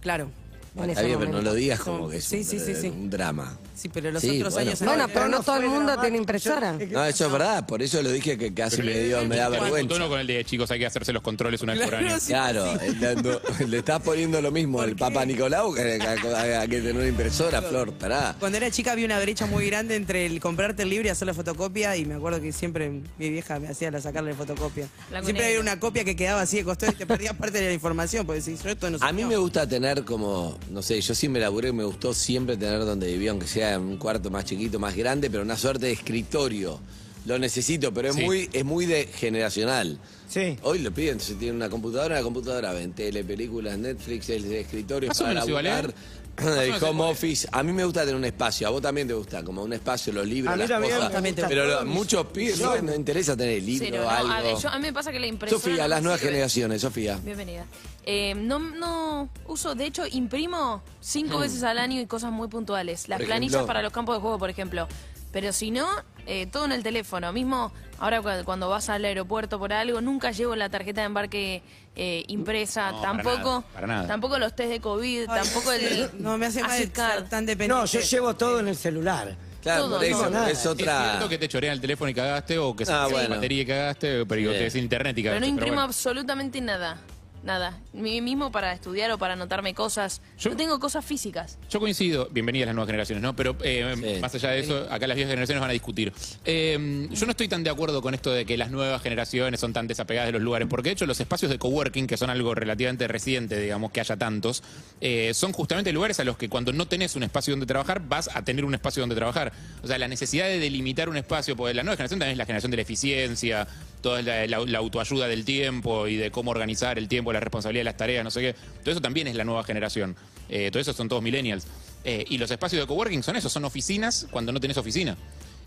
Claro.
en
Está
ese
bien, pero no
momento.
lo digas como
Son-
que es
sí,
un,
sí, sí,
eh,
sí.
un drama.
Sí, pero los
Sí,
otros
bueno.
años...
Bueno, pero no
No
todo el
fue
mundo
dramático,
tiene
yo-
impresora.
No, eso es verdad, por eso lo dije que casi me dio, me da
Tiene
vergüenza.
un tono con el de chicos, hay que hacerse los controles una vez por año.
Claro, el- no, <laughs> le estás poniendo lo mismo al Papa Nicolau que, que, que tener una impresora, Flor, pará.
Cuando era chica había una brecha muy grande entre el comprarte el libro y hacer la fotocopia y me acuerdo que siempre mi vieja me hacía la sacarle fotocopia.
Blanco y
siempre había
negro.
una copia que quedaba así de costado y te perdías parte de la información porque decís, yo esto no sé.
A mí me gusta tener como, no sé, yo siempre laburé y me gustó siempre tener donde vivía, aunque sea en un cuarto más chiquito, más grande, pero una suerte de escritorio. Lo necesito, pero es
Sí.
muy, es muy de generacional.
Sí.
Hoy lo piden, si tienen una computadora, la computadora ven tele, películas, Netflix, el escritorio
Más o
para
menos igual,
laburar,
¿eh?
<coughs> el
menos
home
igual.
office. A mí me gusta tener un espacio, a vos también te gusta, como un espacio, los libros,
A mí
las
también me
cosas.
gusta.
pero lo-
Todo mi-
muchos pibes no, no interesa tener el libro,
Cero, no.
algo.
A, ver, yo- a mí me pasa que la impresora.
Sofía,
no
las
me
nuevas
sirve.
generaciones, Sofía.
Bienvenida. Eh, no, no uso, de hecho, imprimo cinco veces al año y cosas muy puntuales. Las
Mm. Por ejemplo.
planillas para los campos de juego, por ejemplo. Pero si no, eh, todo en el teléfono. Mismo ahora cu- cuando vas al aeropuerto por algo, nunca llevo la tarjeta de embarque eh, impresa,
No, para
tampoco,
nada, para nada.
tampoco los test de COVID,
<laughs>
tampoco el
No, me hace mal
Acid
ser
card.
tan dependiente.
No, yo llevo todo en el celular.
Claro,
Todo,
por eso,
todo.
no, es
Es
otra.
cierto que te chorean el teléfono y cagaste, o que se
Ah,
te cae la
bueno.
batería y cagaste, pero digo,
Sí.
te des internet y
Pero
cagaste.
no imprimo
bueno.
absolutamente nada. nada. Mí mismo para estudiar o para anotarme cosas.
Yo-
No tengo cosas físicas.
Yo coincido, bienvenidas las nuevas generaciones, ¿no? Pero eh,
Sí.
más allá de eso, acá las viejas generaciones van a discutir. Eh, yo no estoy tan de acuerdo con esto de que las nuevas generaciones son tan desapegadas de los lugares, porque de hecho los espacios de coworking, que son algo relativamente reciente, digamos, que haya tantos, eh, son justamente lugares a los que cuando no tenés un espacio donde trabajar, vas a tener un espacio donde trabajar. O sea, la necesidad de delimitar un espacio, porque la nueva generación también es la generación de la eficiencia, toda la, la- la autoayuda del tiempo y de cómo organizar el tiempo, la responsabilidad de las tareas, no sé qué. Todo eso también es la nueva generación. Eh, todo eso son todos millennials. Eh, y los espacios de coworking son eso, son oficinas cuando no tenés oficina.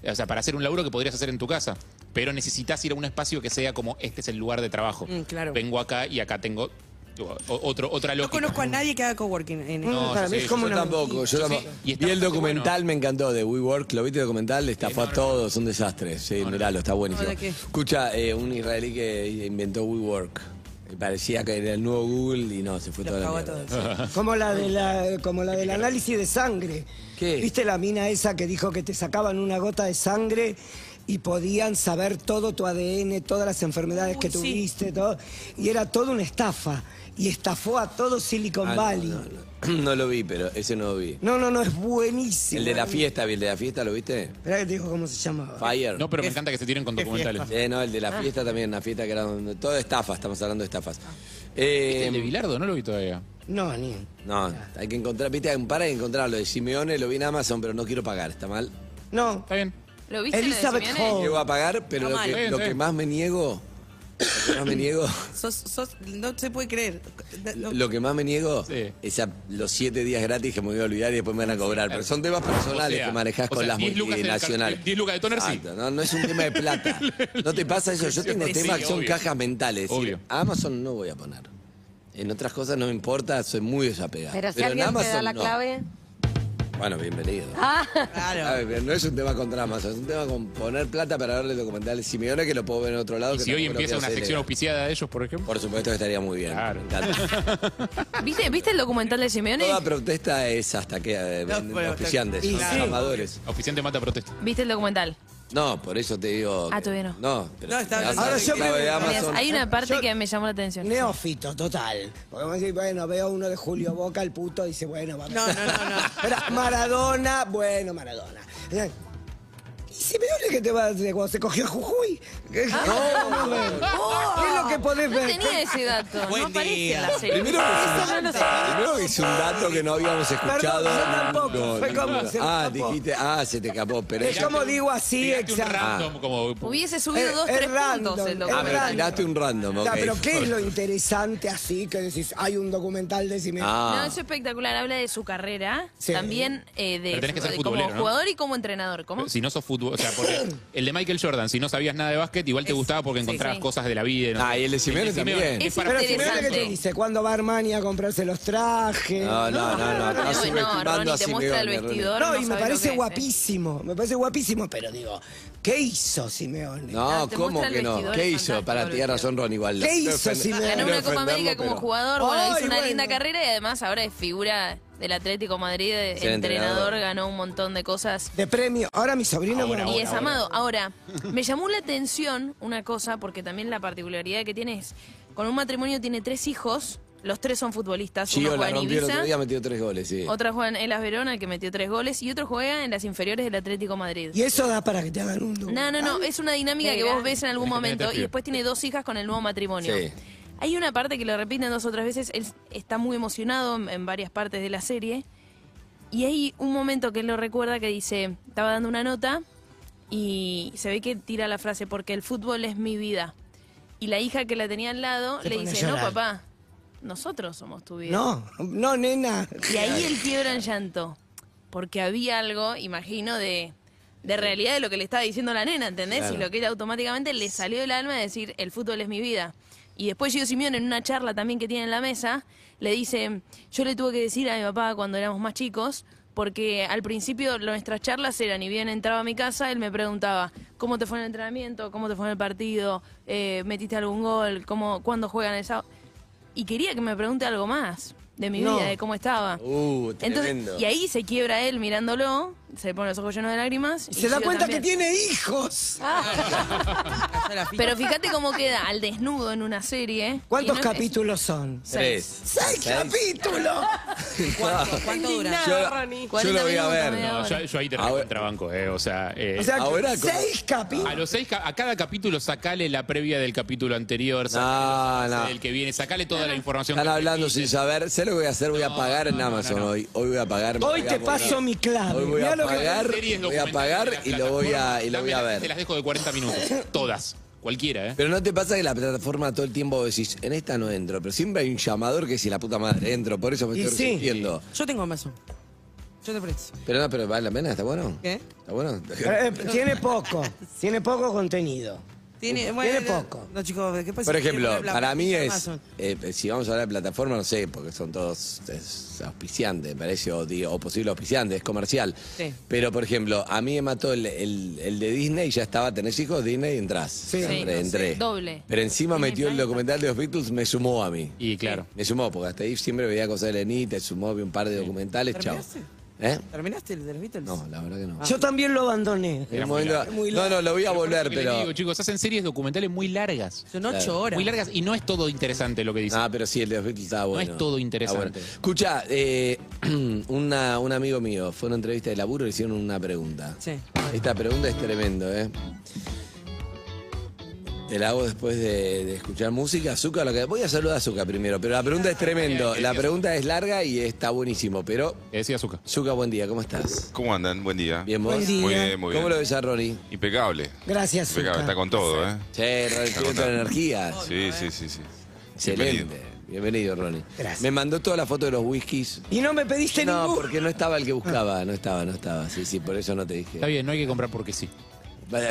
O sea, para hacer un laburo que podrías hacer en tu casa. Pero necesitas ir a un espacio que sea como este es el lugar de trabajo.
Mm, claro.
Vengo acá y acá tengo o- otro, otra
No
lógica.
conozco a nadie que haga coworking en
No,
Para
yo
mí
sí,
es como
yo
Yo
una
tampoco, yo
Yo
tampoco.
sí, y
Y
está
el
bastante
documental
bueno.
me encantó de WeWork, ¿lo viste el documental? Destafó a todos, un desastre. Sí, miralo, está buenísimo.
¿de qué?
Escucha, eh, un israelí que inventó WeWork. Y Parecía que era el nuevo Google y no, se fue
Los
toda la
cago a
mierda. <laughs>
todos.
Como la, de la, como la del análisis de sangre.
¿Qué?
¿Viste la mina esa que dijo que te sacaban una gota de sangre y podían saber todo tu ADN, todas las enfermedades
Uy,
que
sí.
tuviste, todo? Y era toda una estafa. Y estafó a todo Silicon
Ah, no,
Valley.
no, no. <clears throat> No lo vi, pero ese no lo vi.
No, no, no, es buenísimo.
El de la fiesta, vi, el de la fiesta, ¿lo viste?
Esperá que te digo cómo se llama.
Fire.
No, pero me encanta que se tiren con
qué
documentales.
Eh, no, el de la fiesta también, una fiesta que era donde- todo estafa, estamos hablando de estafas. Eh,
¿Viste el ¿Este de Bilardo? No lo vi todavía.
No, ni.
no, hay que encontrar, viste, para de encontrarlo. De Simeone lo vi en Amazon, pero no quiero pagar, está mal.
No.
Está bien.
¿Lo viste
Elizabeth
en el de Simeone?
Hall.
Llego a pagar, pero lo
Está
que,
mal.
lo
Sí, sí.
que más me niego, lo que más me
<laughs>
niego,
Sos, sos- no se puede creer. No-
lo que más me niego
Sí.
es a los siete días gratis que me voy a olvidar y después me van a cobrar. Pero son temas personales
O sea,
que manejas
o
con
sea,
las
10 lucas de
multinacionales. Ah,
cal- 10 lucas de toner, sí.
Exacto, no, no es un tema de
<laughs>
plata. ¿No te pasa eso? Yo tengo
Sí,
temas que son
obvio.
cajas mentales. Es decir,
Obvio.
Amazon no voy a poner. En otras cosas no me importa, soy muy desapegado.
Pero si
en
alguien te da
Amazon,
la
no.
clave.
Bueno, bienvenido.
Claro.
Ah, pero no es un tema contra Amazon, es un tema con poner plata para verle documentales Simeone que lo puedo ver en otro lado.
Y
que
si hoy
tampoco lo
empieza
quiero
una
hacer eh.
sección
ilegal.
auspiciada de ellos, por ejemplo.
Por supuesto que estaría muy bien.
Claro.
Me encanta.
¿Viste, ¿Viste el documental de Simeone?
Toda protesta es hasta que eh,
No,
venden
bueno,
auspiciantes,
y
son
sí.
amadores.
Oficiante mata protesta.
¿Viste el documental?
No, por eso te digo.
Ah,
que-
todavía no.
No, pero
No, está-
si me
ahora
haces
yo
la clave
me-
de
Mirá,
Amazon.
hay una parte que me llamó la atención.
Neófito, total. Porque vamos a decir, bueno, veo uno de Julio Boca, el puto dice, bueno, vamos.
No, no,
<laughs>
no, no.
Espera, Maradona, bueno, Maradona. Y si me duele que te vas de cuando se cogió Jujuy. <laughs>
Ah.
No, no, no.
Oh.
Es lo que podés
¡Oh! No
ver.
tenía ese dato.
Buen
no aparece
día.
en la serie.
Primero
Ah, Eso no lo sabía.
Primero hice un dato que no habíamos escuchado.
yo tampoco,
No,
fue
no,
como
no.
se me
Ah,
escapó.
dijiste, ah, se te escapó. Pero
Es
ella-
como digo así,
Tiraste un
exacto.
random, como-
Hubiese subido
Es-
dos,
es
tres puntos
random,
el
es
Ah,
documental.
pero tiraste un random, ok.
Ya, pero ¿qué es lo interesante así que decís, hay un documental de Simeone?
No,
Ah,
es espectacular. Habla de su carrera,
Sí.
también eh, de,
Pero tenés que ser
de
futbolero,
como
¿no?
jugador y como entrenador. ¿Cómo?
Si no sos fútbol, o sea, porque
<laughs>
el de Michael Jordan, si no sabías nada de básquet, igual te gustaba porque encontrabas
sí.
cosas de la vida. y no
Ah,
sé. Este
y el de Simeone también.
es
Es
para-
pero Simeone
interesante.
que te dice, ¿cuándo va Armani a comprarse los trajes?
no, no, no, no, no,
No, no,
subestimando
Ronnie,
a
te muestra el
Simeone, Ronnie.
vestidor.
No,
no
y me
sabes lo que
parece
es, ¿eh?
guapísimo, me parece guapísimo, pero digo, ¿qué hizo Simeone?
No,
No, te
¿cómo
muestra el
que no?
vestidor,
¿Qué
es
hizo?
fantástico
Para,
el
tenía razón Ron igual.
¿Qué
No
hizo
ofend-
Simeone?
no
Ganó una Copa
ofenderlo,
América como
pero-
jugador, bueno,
Ay,
hizo una
bueno.
linda carrera y además ahora es figura del Atlético Madrid,
Es el
entrenador,
entrenador.
ganó un montón de cosas
De premio. Ahora mi sobrino
Ahora,
bueno,
y
<laughs>
es amado. Ahora, me llamó la atención una cosa, porque también la particularidad que tiene es, con un matrimonio tiene tres hijos, los tres son futbolistas, uno
Gio la
juega en
rompió el otro
Ibiza,
día, metió tres goles, sí.
otra juega en Elas Verona, que metió tres goles, y otro juega en las inferiores del Atlético Madrid.
Y eso da para que te hagan un
No, no, no, es una dinámica que vos ves en algún
Tenés que
momento
meterte,
y después tiene dos hijas con el nuevo matrimonio.
Sí.
Hay una parte que lo repiten dos o tres veces, él está muy emocionado en, en varias partes de la serie y hay un momento que él lo recuerda que dice, estaba dando una nota y se ve que tira la frase porque el fútbol es mi vida. Y la hija que la tenía al lado
Se
le
pone a
dice, no
llorar.
papá, nosotros somos tu vida.
No, no, nena.
Y ahí él quiebra en llanto. Porque había algo, imagino, de, de realidad de lo que le estaba diciendo la nena, ¿entendés?
Claro.
Y lo que él automáticamente le salió del alma de decir, el fútbol es mi vida. Y después Gio Simeone, en una charla también que tiene en la mesa, le dice, yo le tuve que decir a mi papá cuando éramos más chicos, porque al principio nuestras charlas eran, y bien entraba a mi casa, él me preguntaba, ¿cómo te fue en el entrenamiento? ¿Cómo te fue en el partido? Eh, ¿Metiste algún gol? ¿Cómo, ¿Cuándo juegan el sábado? Y quería que me pregunte algo más de mi
No.
vida, de cómo estaba.
Uh, tremendo.
Entonces, y ahí se quiebra él mirándolo, se pone los ojos llenos de lágrimas.
Se da
yo Ah,
cuenta
también.
que tiene hijos.
la ficha.
Pero fíjate cómo queda al desnudo en una serie.
¿Cuántos
Y no es-
capítulos son?
Tres.
¡Seis capítulos!
¿Cuánto, cuánto dura?
Yo- Yo
40
lo voy a
minutos,
ver.
media
No,
hora.
yo, yo ahí te
Ahora-
recontrabanco, eh. O sea, eh,
O sea,
Ahora con-
seis capítulos.
a los seis, ca- a cada capítulo sacale la previa del capítulo anterior,
No,
sacale
no.
del que viene, sacale toda la información.
Están
que
hablando
necesites.
sin saber. Sé lo que voy a hacer. Voy a pagar en
no, no,
Amazon
no.
hoy. Hoy voy a pagar.
Hoy
Voy a
te
comprar-
paso mi clave.
Hoy voy
Mirá
a
lo que-
pagar.
Series
Voy a
documentales de
pagar
las
y lo voy a, y lo voy a
plataformas, Te las
ver.
dejo de 40 minutos, todas, cualquiera, ¿eh?
Pero no te pasa que la plataforma todo el tiempo decís, en esta no entro, pero siempre hay un llamador que dice la puta madre, entro, por eso me
Y
estoy
sí.
resistiendo.
Yo tengo Amazon. Yo te presto.
Pero no, pero vale la pena, ¿está bueno?
¿Qué?
¿Está bueno?
Eh, tiene poco, tiene poco contenido.
Tiene,
Tiene poco.
No, chicos, ¿qué pasa?
Por ejemplo,
Tiene la-
para mí es,
Amazon.
eh, si vamos a hablar de plataforma, no sé, porque son todos es auspiciantes, me parece, o, digo, o posible auspiciante, es comercial.
Sí.
Pero, por ejemplo, a mí me mató el, el- el de Disney, ya estaba, tenés hijos, Disney, entrás. Siempre
Sí,
entré.
doble.
Pero encima
Disney
metió el
Plus.
documental de los Beatles, me sumó a mí.
Y claro.
Me sumó, porque hasta ahí siempre veía cosas de Lení, te sumó, vi un par de documentales, chao.
¿Terminaste?
¿Eh?
¿Terminaste el de los Beatles?
No, la verdad que
Ah.
no.
Yo también lo abandoné.
En un momento- no, no, lo voy a
Por eso
volver,
que les
pero...
digo, chicos, hacen series documentales muy largas.
Son ocho
Claro.
horas.
Muy largas y no es todo interesante lo que dicen.
Ah, pero sí, el de los Beatles estaba
No
bueno.
es todo interesante.
Escucha, eh, <clears throat> una, un amigo mío fue a una entrevista de laburo y le hicieron una pregunta.
Sí.
Esta pregunta es tremendo, ¿eh? Te la hago después de, de escuchar música. Azúcar, lo que. Voy a saludar a Azúcar primero, pero la pregunta es tremendo. La pregunta es larga y está buenísimo, pero.
Que Eh, decía Azúcar.
Azúcar, buen día, ¿cómo estás?
¿Cómo andan? Buen día.
Bien, vos.
Buen día.
Muy bien, muy bien.
¿Cómo lo ves a Ronnie?
Impecable.
Gracias,
Impecable,
Zucca.
está con todo, ¿eh?
Che, Ronnie, tiene toda la energía.
Sí, sí, sí, sí.
Excelente. Bienvenido, Ronnie.
Gracias.
Me mandó toda la foto de los whiskies.
Y no me pediste
No,
ninguno.
porque no estaba el que buscaba, no estaba, no estaba. Sí, sí, por eso no te dije.
Está bien, no hay que comprar porque sí.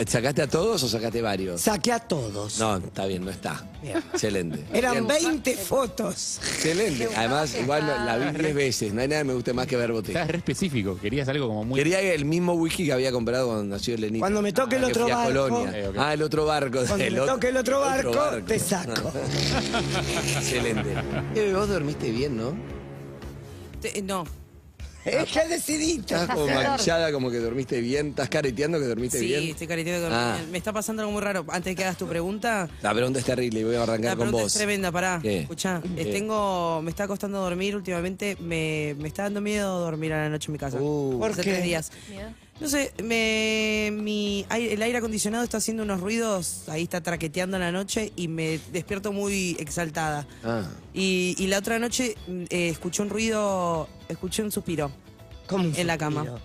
¿Sacaste a todos o sacaste varios?
Saqué a todos.
No, está bien, no está. Excelente.
Eran 20 fotos.
Excelente. Además, igual no- la vi 10 veces. No hay nada que me guste más que ver
Estás
botellas.
re específico, querías algo como muy...
Quería el mismo whisky que había comprado cuando nació Lenita.
Cuando me toque el
que
otro
fui a
barco. Eh,
Colonia.
Ok, ok.
Ah, el otro barco.
Cuando
el
me
otro-
toque el otro barco, te saco. <laughs>
Excelente. Eh, vos dormiste bien, ¿no?
Te- eh, no. Ah.
<laughs> Es que decidiste.
Estás como maquillada, como que dormiste bien. Estás careteando que dormiste
Sí,
bien.
estoy careteando con...
Ah.
Me está pasando algo muy raro. Antes de que hagas tu pregunta,
La pregunta es terrible y voy a arrancar
la
con
pregunta
vos.
es tremenda, pará.
¿Qué?
Escuchá, eh,
¿Qué?
tengo, me está costando dormir últimamente. Me, me está dando miedo dormir a la noche en mi casa.
Uh.
Hace
¿Por
tres
qué?
días.
Miedo.
No sé, me, mi, ai- el aire acondicionado está haciendo unos ruidos, ahí está traqueteando en la noche y me despierto muy exaltada.
Ah.
Y, y la otra noche mm, eh, escuché un ruido, escuché un suspiro.
Como un
En la cama.
suspiro.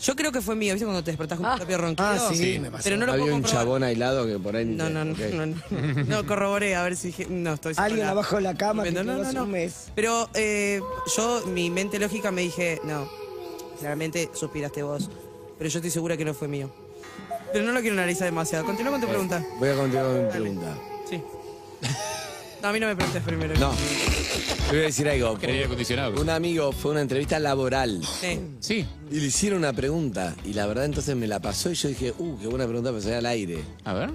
Yo creo que fue mío, ¿viste? Cuando te despertás con tu propio ronquido.
Ah, sí, me pasó.
Pero no lo
Había
puedo
un
comprobar.
chabón aislado que por ahí.
No, no, no,
Ok.
no, no, no, corroboré, a ver si dije- no estoy segura.
Alguien abajo de la cama que
No, no,
quedó
no,
hace
no.
un mes.
Pero eh, yo, mi mente lógica me dije, no, claramente suspiraste vos, pero yo estoy segura que no fue mío. Pero no lo quiero analizar demasiado. Continúa con tu pregunta.
Voy a continuar con mi pregunta.
Sí. No, a mí no me preguntes primero.
No. Te voy a decir algo.
Quería aire acondicionado.
Un amigo fue a una entrevista laboral
Sí.
Sí.
y le hicieron una pregunta. Y la verdad, entonces me la pasó y yo dije, uh, qué buena pregunta para salir al aire.
A ver.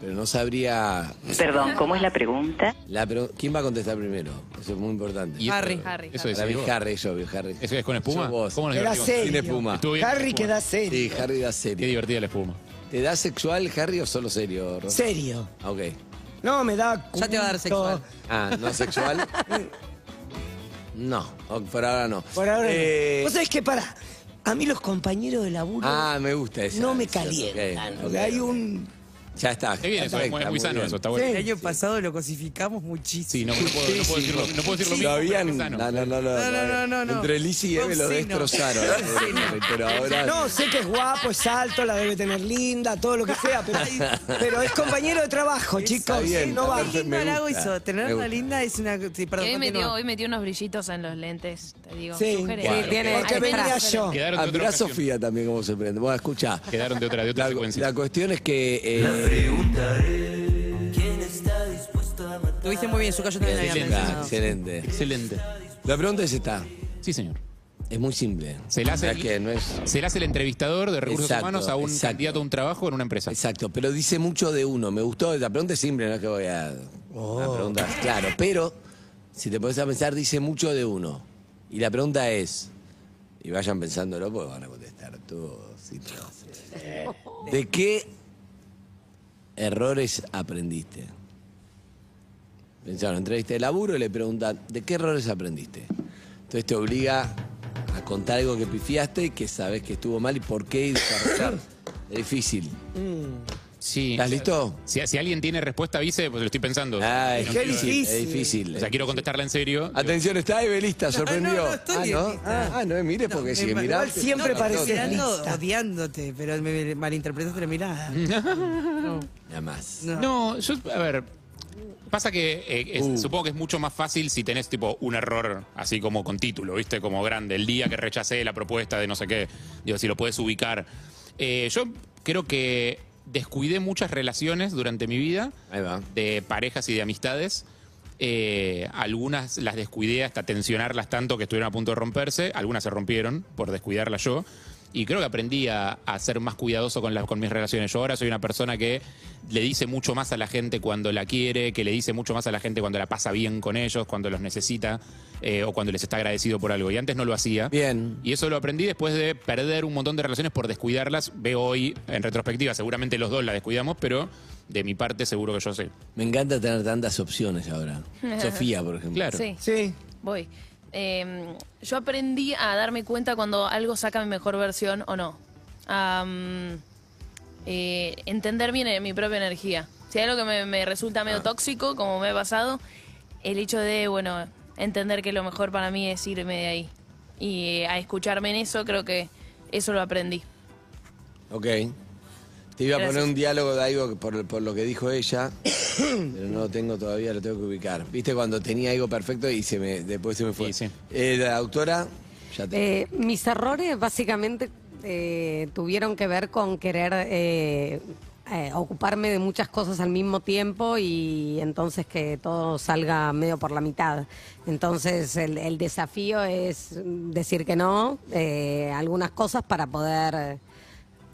Pero no sabría.
Perdón, ¿cómo es la pregunta?
La pregu- ¿Quién va a contestar primero? Eso es muy importante.
Y-
Harry.
Harry,
Eso
Harry.
es.
Para mí, Harry, yo, obvio, Harry.
¿Eso es con espuma?
Sos vos.
¿Cómo nos
Era
divertimos?
serio.
Sin espuma.
Estuvo bien.
Harry queda serio.
Sí, Harry da
Qué
serio.
divertida la espuma.
¿Te da sexual, Harry, o solo serio, Ron?
Serio.
Ah, Ok.
No, me da.
Ya te va a dar
culto.
sexual.
Ah, ¿no sexual? No, o- por ahora no.
Por ahora. no. Pues,
Eh,
Vos sabés que para. A mí los compañeros de laburo
Ah, me gusta eso.
no me calientan. O sea, hay un.
Ya está.
Está bien, eso es muy,
perfecta,
muy sano
bien.
eso, está bueno.
El año pasado lo cosificamos
Sí,
muchísimo.
no, no puedo, no puedo decir lo, no puedo decir
Lo
lo mismo, pero
habían.
es
No,
sano.
no, no, no,
No, no, no, no, no.
Entre Lizzie y Eve lo
Fue un sino.
destrozaron.
<laughs>
pero ahora.
No, sé que es guapo, es alto, la debe tener linda, todo lo que sea, pero, pero es compañero de trabajo, chicos.
bien,
no va.
está
Qué
bien.
lindo
Me
halago
gusta,
hizo.
me
Tenerla
gusta.
linda es una. sí,
Y
perdón,
hoy, metió,
continúa.
hoy metió unos brillitos en los lentes, te digo.
Sí,
Sugerente.
sí,
tiene-
Ahí
porque
tenés
venía
sugerente.
yo.
Quedaron de otra
Mirá a
ocasión.
Sofía también cómo se prende. Bueno, escuchá.
Quedaron de otra, de otra
La,
secuencia.
la cuestión es que. eh,
Tuviste muy bien, Zucca, yo también la había
excelente,
mencionado.
excelente.
Excelente.
La pregunta es esta.
Sí, señor.
Es muy simple.
Se la hace-
Es que no es.
Se le hace el entrevistador de recursos
Exacto,
humanos a un
exacto.
candidato a un trabajo en una empresa.
Exacto, pero dice mucho de uno. Me gustó, la pregunta es simple, no es que voy a. una pregunta, claro, pero si te pones a pensar, dice mucho de uno. Y la pregunta es, y vayan pensándolo porque van a contestar todos. y todas. ¿De qué errores aprendiste? Pensaron, entrevista de laburo y le preguntan, ¿de qué errores aprendiste? Entonces te obliga a contar algo que pifiaste, que sabes que estuvo mal y por qué y desarrollar. es difícil.
Sí.
¿Estás listo?
Si, si alguien tiene respuesta, avise, pues lo estoy pensando.
Ah, es
No quiero-
difícil, Ah, es difícil.
O sea, quiero contestarla en serio.
Atención, está Evelista, sorprendió.
No, no, no estoy
ah, no,
lista.
Ah, ah, no, mire, porque si
Me-
mirás.
igual siempre
no,
pareces
no, no,
mirando, odiándote, pero me me malinterpretaste la mirada.
Nada más.
No.
No, yo, a ver. Pasa que eh, es- supongo que es mucho más fácil si tenés tipo un error así como con título, ¿viste? Como grande, el día que rechacé la propuesta de no sé qué, digo, si lo puedes ubicar. Eh, yo creo que descuidé muchas relaciones durante mi vida
Ahí va.
de parejas y de amistades. Eh, algunas las descuidé hasta tensionarlas tanto que estuvieron a punto de romperse. Algunas se rompieron por descuidarlas yo. Y creo que aprendí a, a ser más cuidadoso con, las- con mis relaciones. Yo ahora soy una persona que le dice mucho más a la gente cuando la quiere, que le dice mucho más a la gente cuando la pasa bien con ellos, cuando los necesita eh, o cuando les está agradecido por algo. Y antes no lo hacía.
Bien.
Y eso lo aprendí después de perder un montón de relaciones por descuidarlas. Veo hoy, en retrospectiva, seguramente los dos la descuidamos, pero de mi parte seguro que yo sé.
Me encanta tener tantas opciones
<laughs>
ahora. Sofía, por ejemplo.
Claro.
Sí,
Sí.
voy. Eh, yo aprendí a darme cuenta cuando algo saca mi mejor versión o no. A mm, eh, entender bien eh, mi propia energía. Si hay algo que me, me resulta medio tóxico, como me ha pasado, el hecho de, bueno, entender que lo mejor para mí es irme de ahí. Y eh, a escucharme en eso, creo que eso lo aprendí.
Ok. Te iba a
Gracias.
poner un diálogo de algo que por, por lo que dijo ella, <coughs> pero no lo tengo todavía, lo tengo que ubicar. ¿Viste cuando tenía algo perfecto y se me, después se me fue?
Sí, sí.
Eh, la autora, ya te.
Eh, mis errores básicamente eh, tuvieron que ver con querer eh, eh, ocuparme de muchas cosas al mismo tiempo y entonces que todo salga medio por la mitad. Entonces el, el desafío es decir que no eh, a algunas cosas para poder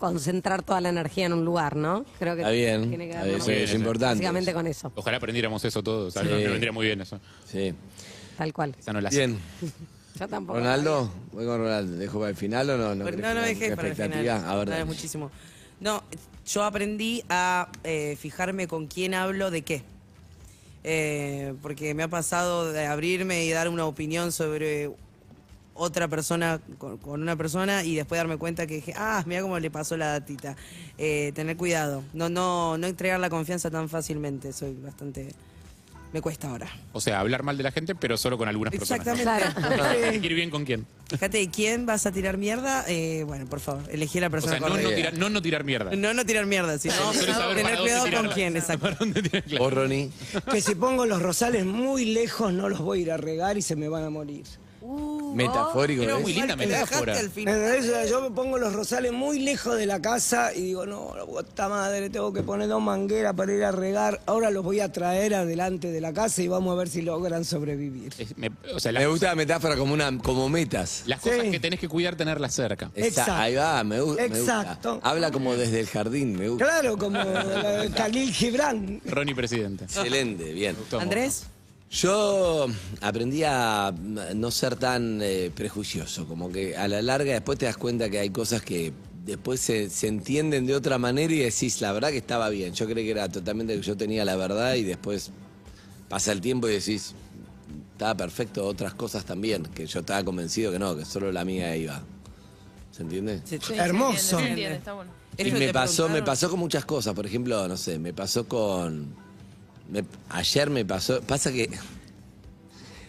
concentrar toda la energía en un lugar, ¿no? Creo que
Está bien,
tiene que
está
ver
bien,
con-
sí,
bien,
es
sí.
importante.
básicamente con eso,
Ojalá aprendiéramos eso todos. ¿sabes?
Sí.
Me vendría muy bien eso.
Sí.
tal cual.
Esa no la sé.
Bien.
Yo tampoco.
Ronaldo, voy con Ronaldo. ¿Dejo para el final o no? No,
Pero
querés
no, no
poner
dejé
mucha
para el final.
expectativa? Ah, A ver,
Dale,
dale.
muchísimo. No, yo aprendí a eh, fijarme con quién hablo de qué. Eh, porque me ha pasado de abrirme y dar una opinión sobre otra persona con, con una persona y después darme cuenta que dije, ah, mira cómo le pasó la datita. Eh, tener cuidado, no, no, no entregar la confianza tan fácilmente, soy bastante... Me cuesta ahora.
O sea, hablar mal de la gente, pero solo con algunas personas.
Exactamente.
¿no? <laughs>
Sí.
Ir bien con quién.
<laughs> Fíjate de quién vas a tirar mierda. Eh, bueno, por favor, elegí a la
O
persona
sea, no no,
correcta.
tirar, no no tirar mierda. <laughs>
No, no tirar mierda, sino
Solo saber para
tener
dónde
cuidado con
tirarla.
quién,
Para
exacto.
dónde tirar, claro.
Vos, Ronnie.
Que si pongo los rosales muy lejos no los voy a ir a regar y se me van a morir.
Metafórico.
Era
¿ves?
muy linda
Te dejaste
metáfora.
al final.
¿Entendés? O sea, Yo me pongo los rosales muy lejos de la casa y digo, no, la puta madre, tengo que poner dos mangueras para ir a regar. Ahora los voy a traer adelante de la casa y vamos a ver si logran sobrevivir.
Es- me- o sea, las,
Me gusta la metáfora como, una, como metas.
las cosas
Sí.
que tenés que cuidar, tenerlas cerca.
Esa-
Exacto.
Ahí va, me, gu- me gusta.
Exacto.
Habla como desde el jardín, me gusta.
Claro, como eh, Khalil Gibran.
Ronnie, presidente.
Excelente, bien.
Tomo.
Andrés,
Yo aprendí a mm, no ser tan eh, prejuicioso, como que a la larga después te das cuenta que hay cosas que después se, se entienden de otra manera y decís, la verdad que estaba bien. Yo creí que era totalmente que yo tenía la verdad y después pasa el tiempo y decís, estaba perfecto, otras cosas también, que yo estaba convencido que no, que solo la mía iba. ¿Se entiende?
Hermoso.
Se entiende, está bueno.
Eso
Y
que
me
te
pasó, me
preguntaron.
pasó con muchas cosas. Por ejemplo, no sé, me pasó con. me- ayer me pasó. Pasa que. <laughs>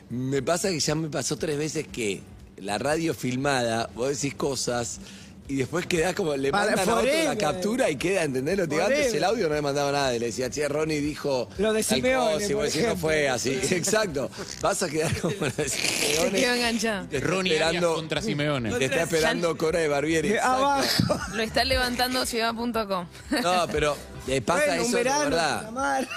Me pasa que ya me pasó tres veces que la radio filmada, vos decís cosas. Y después quedás como, le
Para-
mandan a otro la
forever.
captura y queda, ¿entendés? Lo que antes
Forever.
el audio no le mandaba nada. Y le decía, che, Ronnie dijo.
Lo de
tal
Simeone,
cosa", Y vos
por
decís, no fue
ejemplo.
así. <laughs> Exacto. Vas a quedar como <laughs> la de Simeone.
Te quedo enganchada.
Te está
Ronnie Arias
esperando-
contra Simeone.
Te está esperando Cora de Barbieri.
De
Exacto.
abajo.
Lo está levantando ciudad.com.
No, pero eh, pasa
Bueno,
eso
un
de
verano.
verdad.
la mar.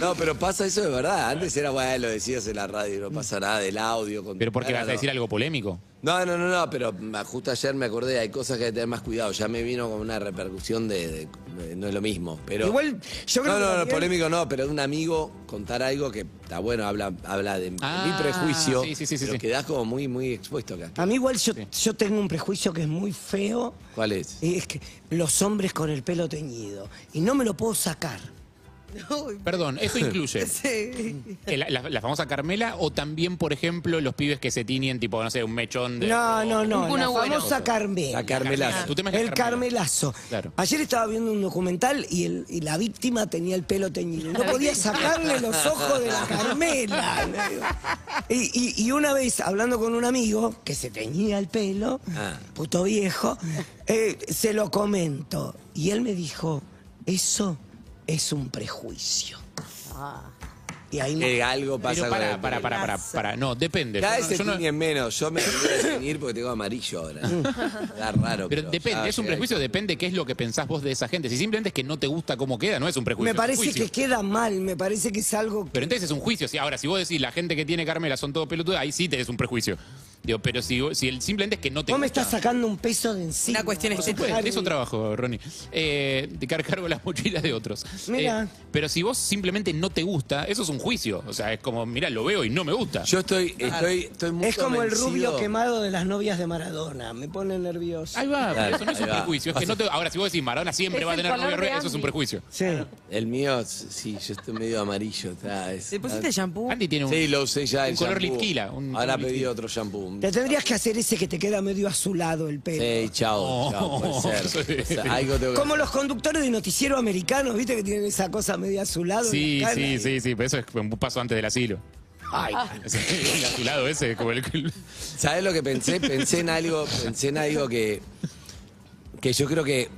No, pero pasa eso de verdad. Antes era, bueno, lo decías en la radio, no pasa nada del audio. con-
Pero porque
Ahora
vas a decir
no.
algo polémico.
No, no, no, no, pero mm, justo ayer me acordé, hay cosas que hay que tener más cuidado. Ya me vino como una repercusión de, de- de- no es lo mismo, pero...
Igual, yo creo
no,
que
no, no,
Gabriel-
polémico no, pero de un amigo contar algo que está bueno, habla, habla de, de mi
Ah,
prejuicio,
sí, sí, sí, sí,
pero
sí.
quedás como muy, muy expuesto acá.
A mí igual yo, yo tengo un prejuicio que es muy feo.
¿Cuál es?
Y es que los hombres con el pelo teñido. Y no me lo puedo sacar.
Perdón,
<laughs>
esto incluye
Sí.
eh, la, la- la famosa Carmela o también, por ejemplo, los pibes que se tiñen, tipo, no sé, un mechón de.
No, no, no.
Un
la
agüero.
famosa Carmela.
La Carmelazo. Tu tema es la
el Carmelazo.
Claro.
Ayer estaba viendo un documental y, el- y la víctima tenía el pelo teñido. No podía sacarle los ojos de la Carmela. Y, y- y una vez, hablando con un amigo que se teñía el pelo,
Ah.
puto viejo, eh, se lo comento. Y él me dijo, eso es un prejuicio. Y ahí me...
Que algo pasa
Pero
con
para,
el
para, para, para, para. No, depende.
Cada
Yo
vez
no-
se
yo no-
tiñen menos. Yo me voy a teñir porque tengo amarillo
<laughs>
ahora. Está raro.
Pero depende,
ya
es un
llegué.
prejuicio, depende qué es lo que pensás vos de esa gente. Si simplemente es que no te gusta cómo queda, no es un prejuicio.
Me
es un
parece
juicio.
que queda mal, me parece que es algo
Pero entonces es un juicio. Si- Ahora, si vos decís la gente que tiene Carmela son todo pelotudos, ahí sí tenés un prejuicio. Digo, pero si, vos- si el simplemente es que no te
Vos me
gusta.
estás sacando un peso de encima.
Una cuestión
Por
estética.
supuesto, de eso trabajo, Ronnie. Eh, de car- cargo las mochilas de otros.
Mirá.
Eh, pero si vos simplemente no te gusta, eso es un juicio. O sea, es como, mirá, lo veo y no me gusta.
Yo estoy, estoy, estoy muy
Es como el
convencido-
rubio quemado de las novias de Maradona. Me pone nervioso.
Ahí va, pero
Claro,
eso no es
ahí
un
va.
prejuicio. Es que no te- ahora, si vos decís Maradona siempre
Es
va a
el
tener
color
novia
de
rubia, eso es un
Andy.
prejuicio.
Sí.
El mío, sí, yo estoy medio amarillo. Está, es- Ah,
¿Te pusiste shampoo?
Andy tiene un.
Sí, lo usé ya
un
el
color
shampoo.
litquila, un
Ahora
color
pedí
litquila.
otro shampoo.
Te tendrías que hacer ese que te queda medio azulado el pelo.
Sí, chao, chao,
<laughs>
puede ser. O sea, algo tengo que
Como los conductores de noticiero americanos, viste que tienen esa cosa medio azulado. en
Sí,
la cara?
sí, sí, sí, pero eso es un paso antes del asilo.
Ay.
Ah.
<laughs> Ese- El azulado ese, como el.
¿Sabes lo que pensé? Pensé en algo, pensé en algo que, que yo creo que,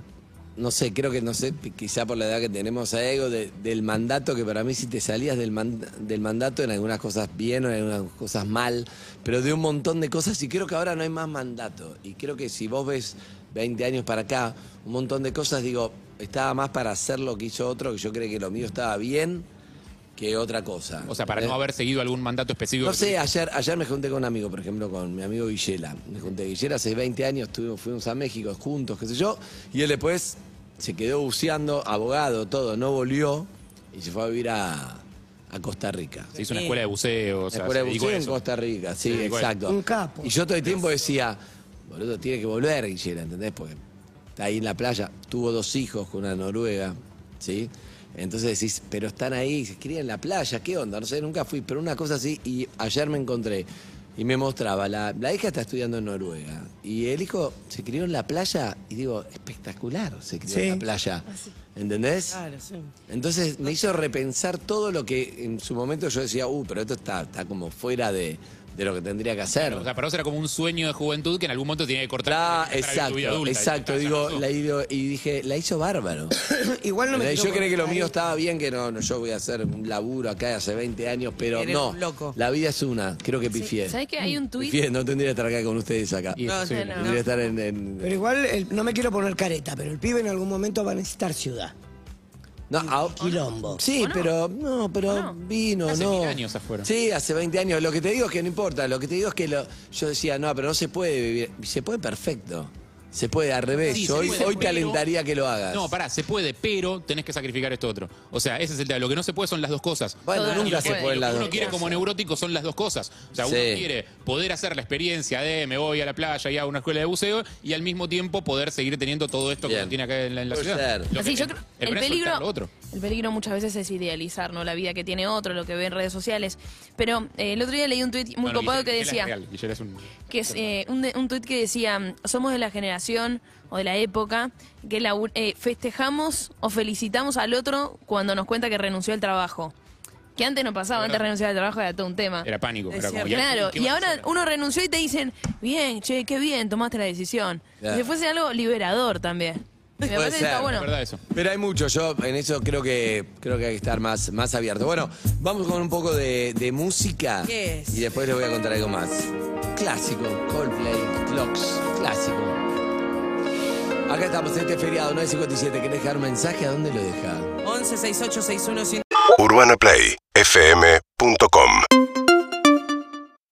no sé, creo que, no sé, quizá por la edad que tenemos, hay algo de- del mandato que para mí si te salías del, man- del mandato en algunas cosas bien o en algunas cosas mal, pero de un montón de cosas y creo que ahora no hay más mandato. Y creo que si vos ves 20 años para acá, un montón de cosas, digo, estaba más para hacer lo que hizo otro, que yo creo que lo mío estaba bien que otra cosa. Eh,
O sea, para no
¿Entendés?
haber seguido algún mandato específico.
No sé, ayer, ayer me junté con un amigo, por ejemplo, con mi amigo Villela. Me junté a Villela hace 20 años, estuvimos- fuimos a México juntos, qué sé yo, y él después se quedó buceando, abogado, todo, no volvió y se fue a vivir a, a Costa Rica.
Se hizo una escuela de buceo. O sea,
Después de
se dedicó
buceo
a
en
eso.
Costa Rica, sí,
Se dedicó a eso.
exacto.
Un capo.
Y yo todo el tiempo decía, boludo, tiene que volver Guillera, ¿entendés? Porque está ahí en la playa, tuvo dos hijos con una noruega, ¿sí? Entonces decís, pero están ahí, se crían en la playa, ¿qué onda? No sé, nunca fui, pero una cosa así, y ayer me encontré y me mostraba, la, la hija está estudiando en Noruega, y el hijo se crió en la playa, y digo, espectacular, se crió en
Sí.
la playa, ¿entendés?
Claro, sí.
Entonces me hizo repensar todo lo que en su momento yo decía, uh, pero esto está, está como fuera de, de lo que tendría que hacer.
O sea, para vos era como un sueño de juventud que en algún momento tenía que cortar.
Ah,
tenía que estar en tu vida
exacto,
adulta.
exacto.
Y-
Digo,
pasó.
la hizo- y dije, la hizo bárbaro.
<coughs> Igual <coughs> no me
Yo
quiero
creí que lo
poner
mío
ahí.
estaba bien, que no, no, yo voy a hacer un laburo acá de hace 20 años, pero
Eres
no.
un loco.
La vida es una, creo que pifié.
¿Sabés que hay un tuit?
Pifié, no tendría que estar acá con ustedes acá.
Y eso
No,
sí,
no,
no.
no.
Tendría que estar en. en-
Pero igual el- no me quiero poner careta, pero el pibe en algún momento va a necesitar ciudad.
no, ah,
Quilombo.
Sí, pero no, pero vino,
Hace
no.
mil años afuera.
Sí, hace 20 años. Lo que te digo es que no importa. Lo que te digo es que lo- yo decía, no, pero no se puede vivir. Se puede perfecto. Se puede al revés.
Sí,
Yo
se
hoy,
puede,
hoy te
pero-
alentaría que lo hagas.
No, pará, se puede, pero tenés que sacrificar esto otro. O sea, ese es el tema. Lo que no se puede son las dos cosas.
bueno,
Todo
nunca
lo
se
que-
puede
lo
las
Uno
dos
quiere
cosas.
como neurótico son las dos cosas. O sea, uno
Sí.
quiere poder hacer la experiencia de me voy a la playa y hago una escuela de buceo y al mismo tiempo poder seguir teniendo todo esto que
Bien.
uno tiene acá en la, en la
Puede
ciudad.
ser.
Lo
Así,
que-
yo creo-
el
el,
brazo está
peligro,
en lo otro.
el peligro muchas veces es idealizar ¿no? la vida que tiene otro, lo que ve en redes sociales. Pero eh, el otro día leí un tuit muy
No, no,
copado
Guille-
que
Guille es
decía...
real, Guille es un-
que es eh, un, de- un tuit que decía, somos de la generación o de la época que labu- eh, festejamos o felicitamos al otro cuando nos cuenta que renunció al trabajo. Que antes no pasaba, antes renunciar al trabajo era todo un tema.
Era pánico.
Es
Era como,
cierto.
¿y ahora
Ah. Claro,
qué
y
vas a
ahora
hacer?
uno renunció y te dicen, bien, che, qué bien, tomaste la decisión.
Claro.
Si fuese algo liberador también. Y Me
Puede
parece que está
ser,
bueno.
Es verdad eso.
Pero hay mucho, yo en eso creo que creo que hay que estar más, más abierto. Bueno, vamos con un poco de, de música
¿Qué es?
y después les voy a contar algo más. Clásico, Coldplay, Clocks, clásico. Acá estamos, este feriado 957. ¿Querés dejar un mensaje? ¿A dónde lo deja?
11 68 61
UrbanaPlayFM.com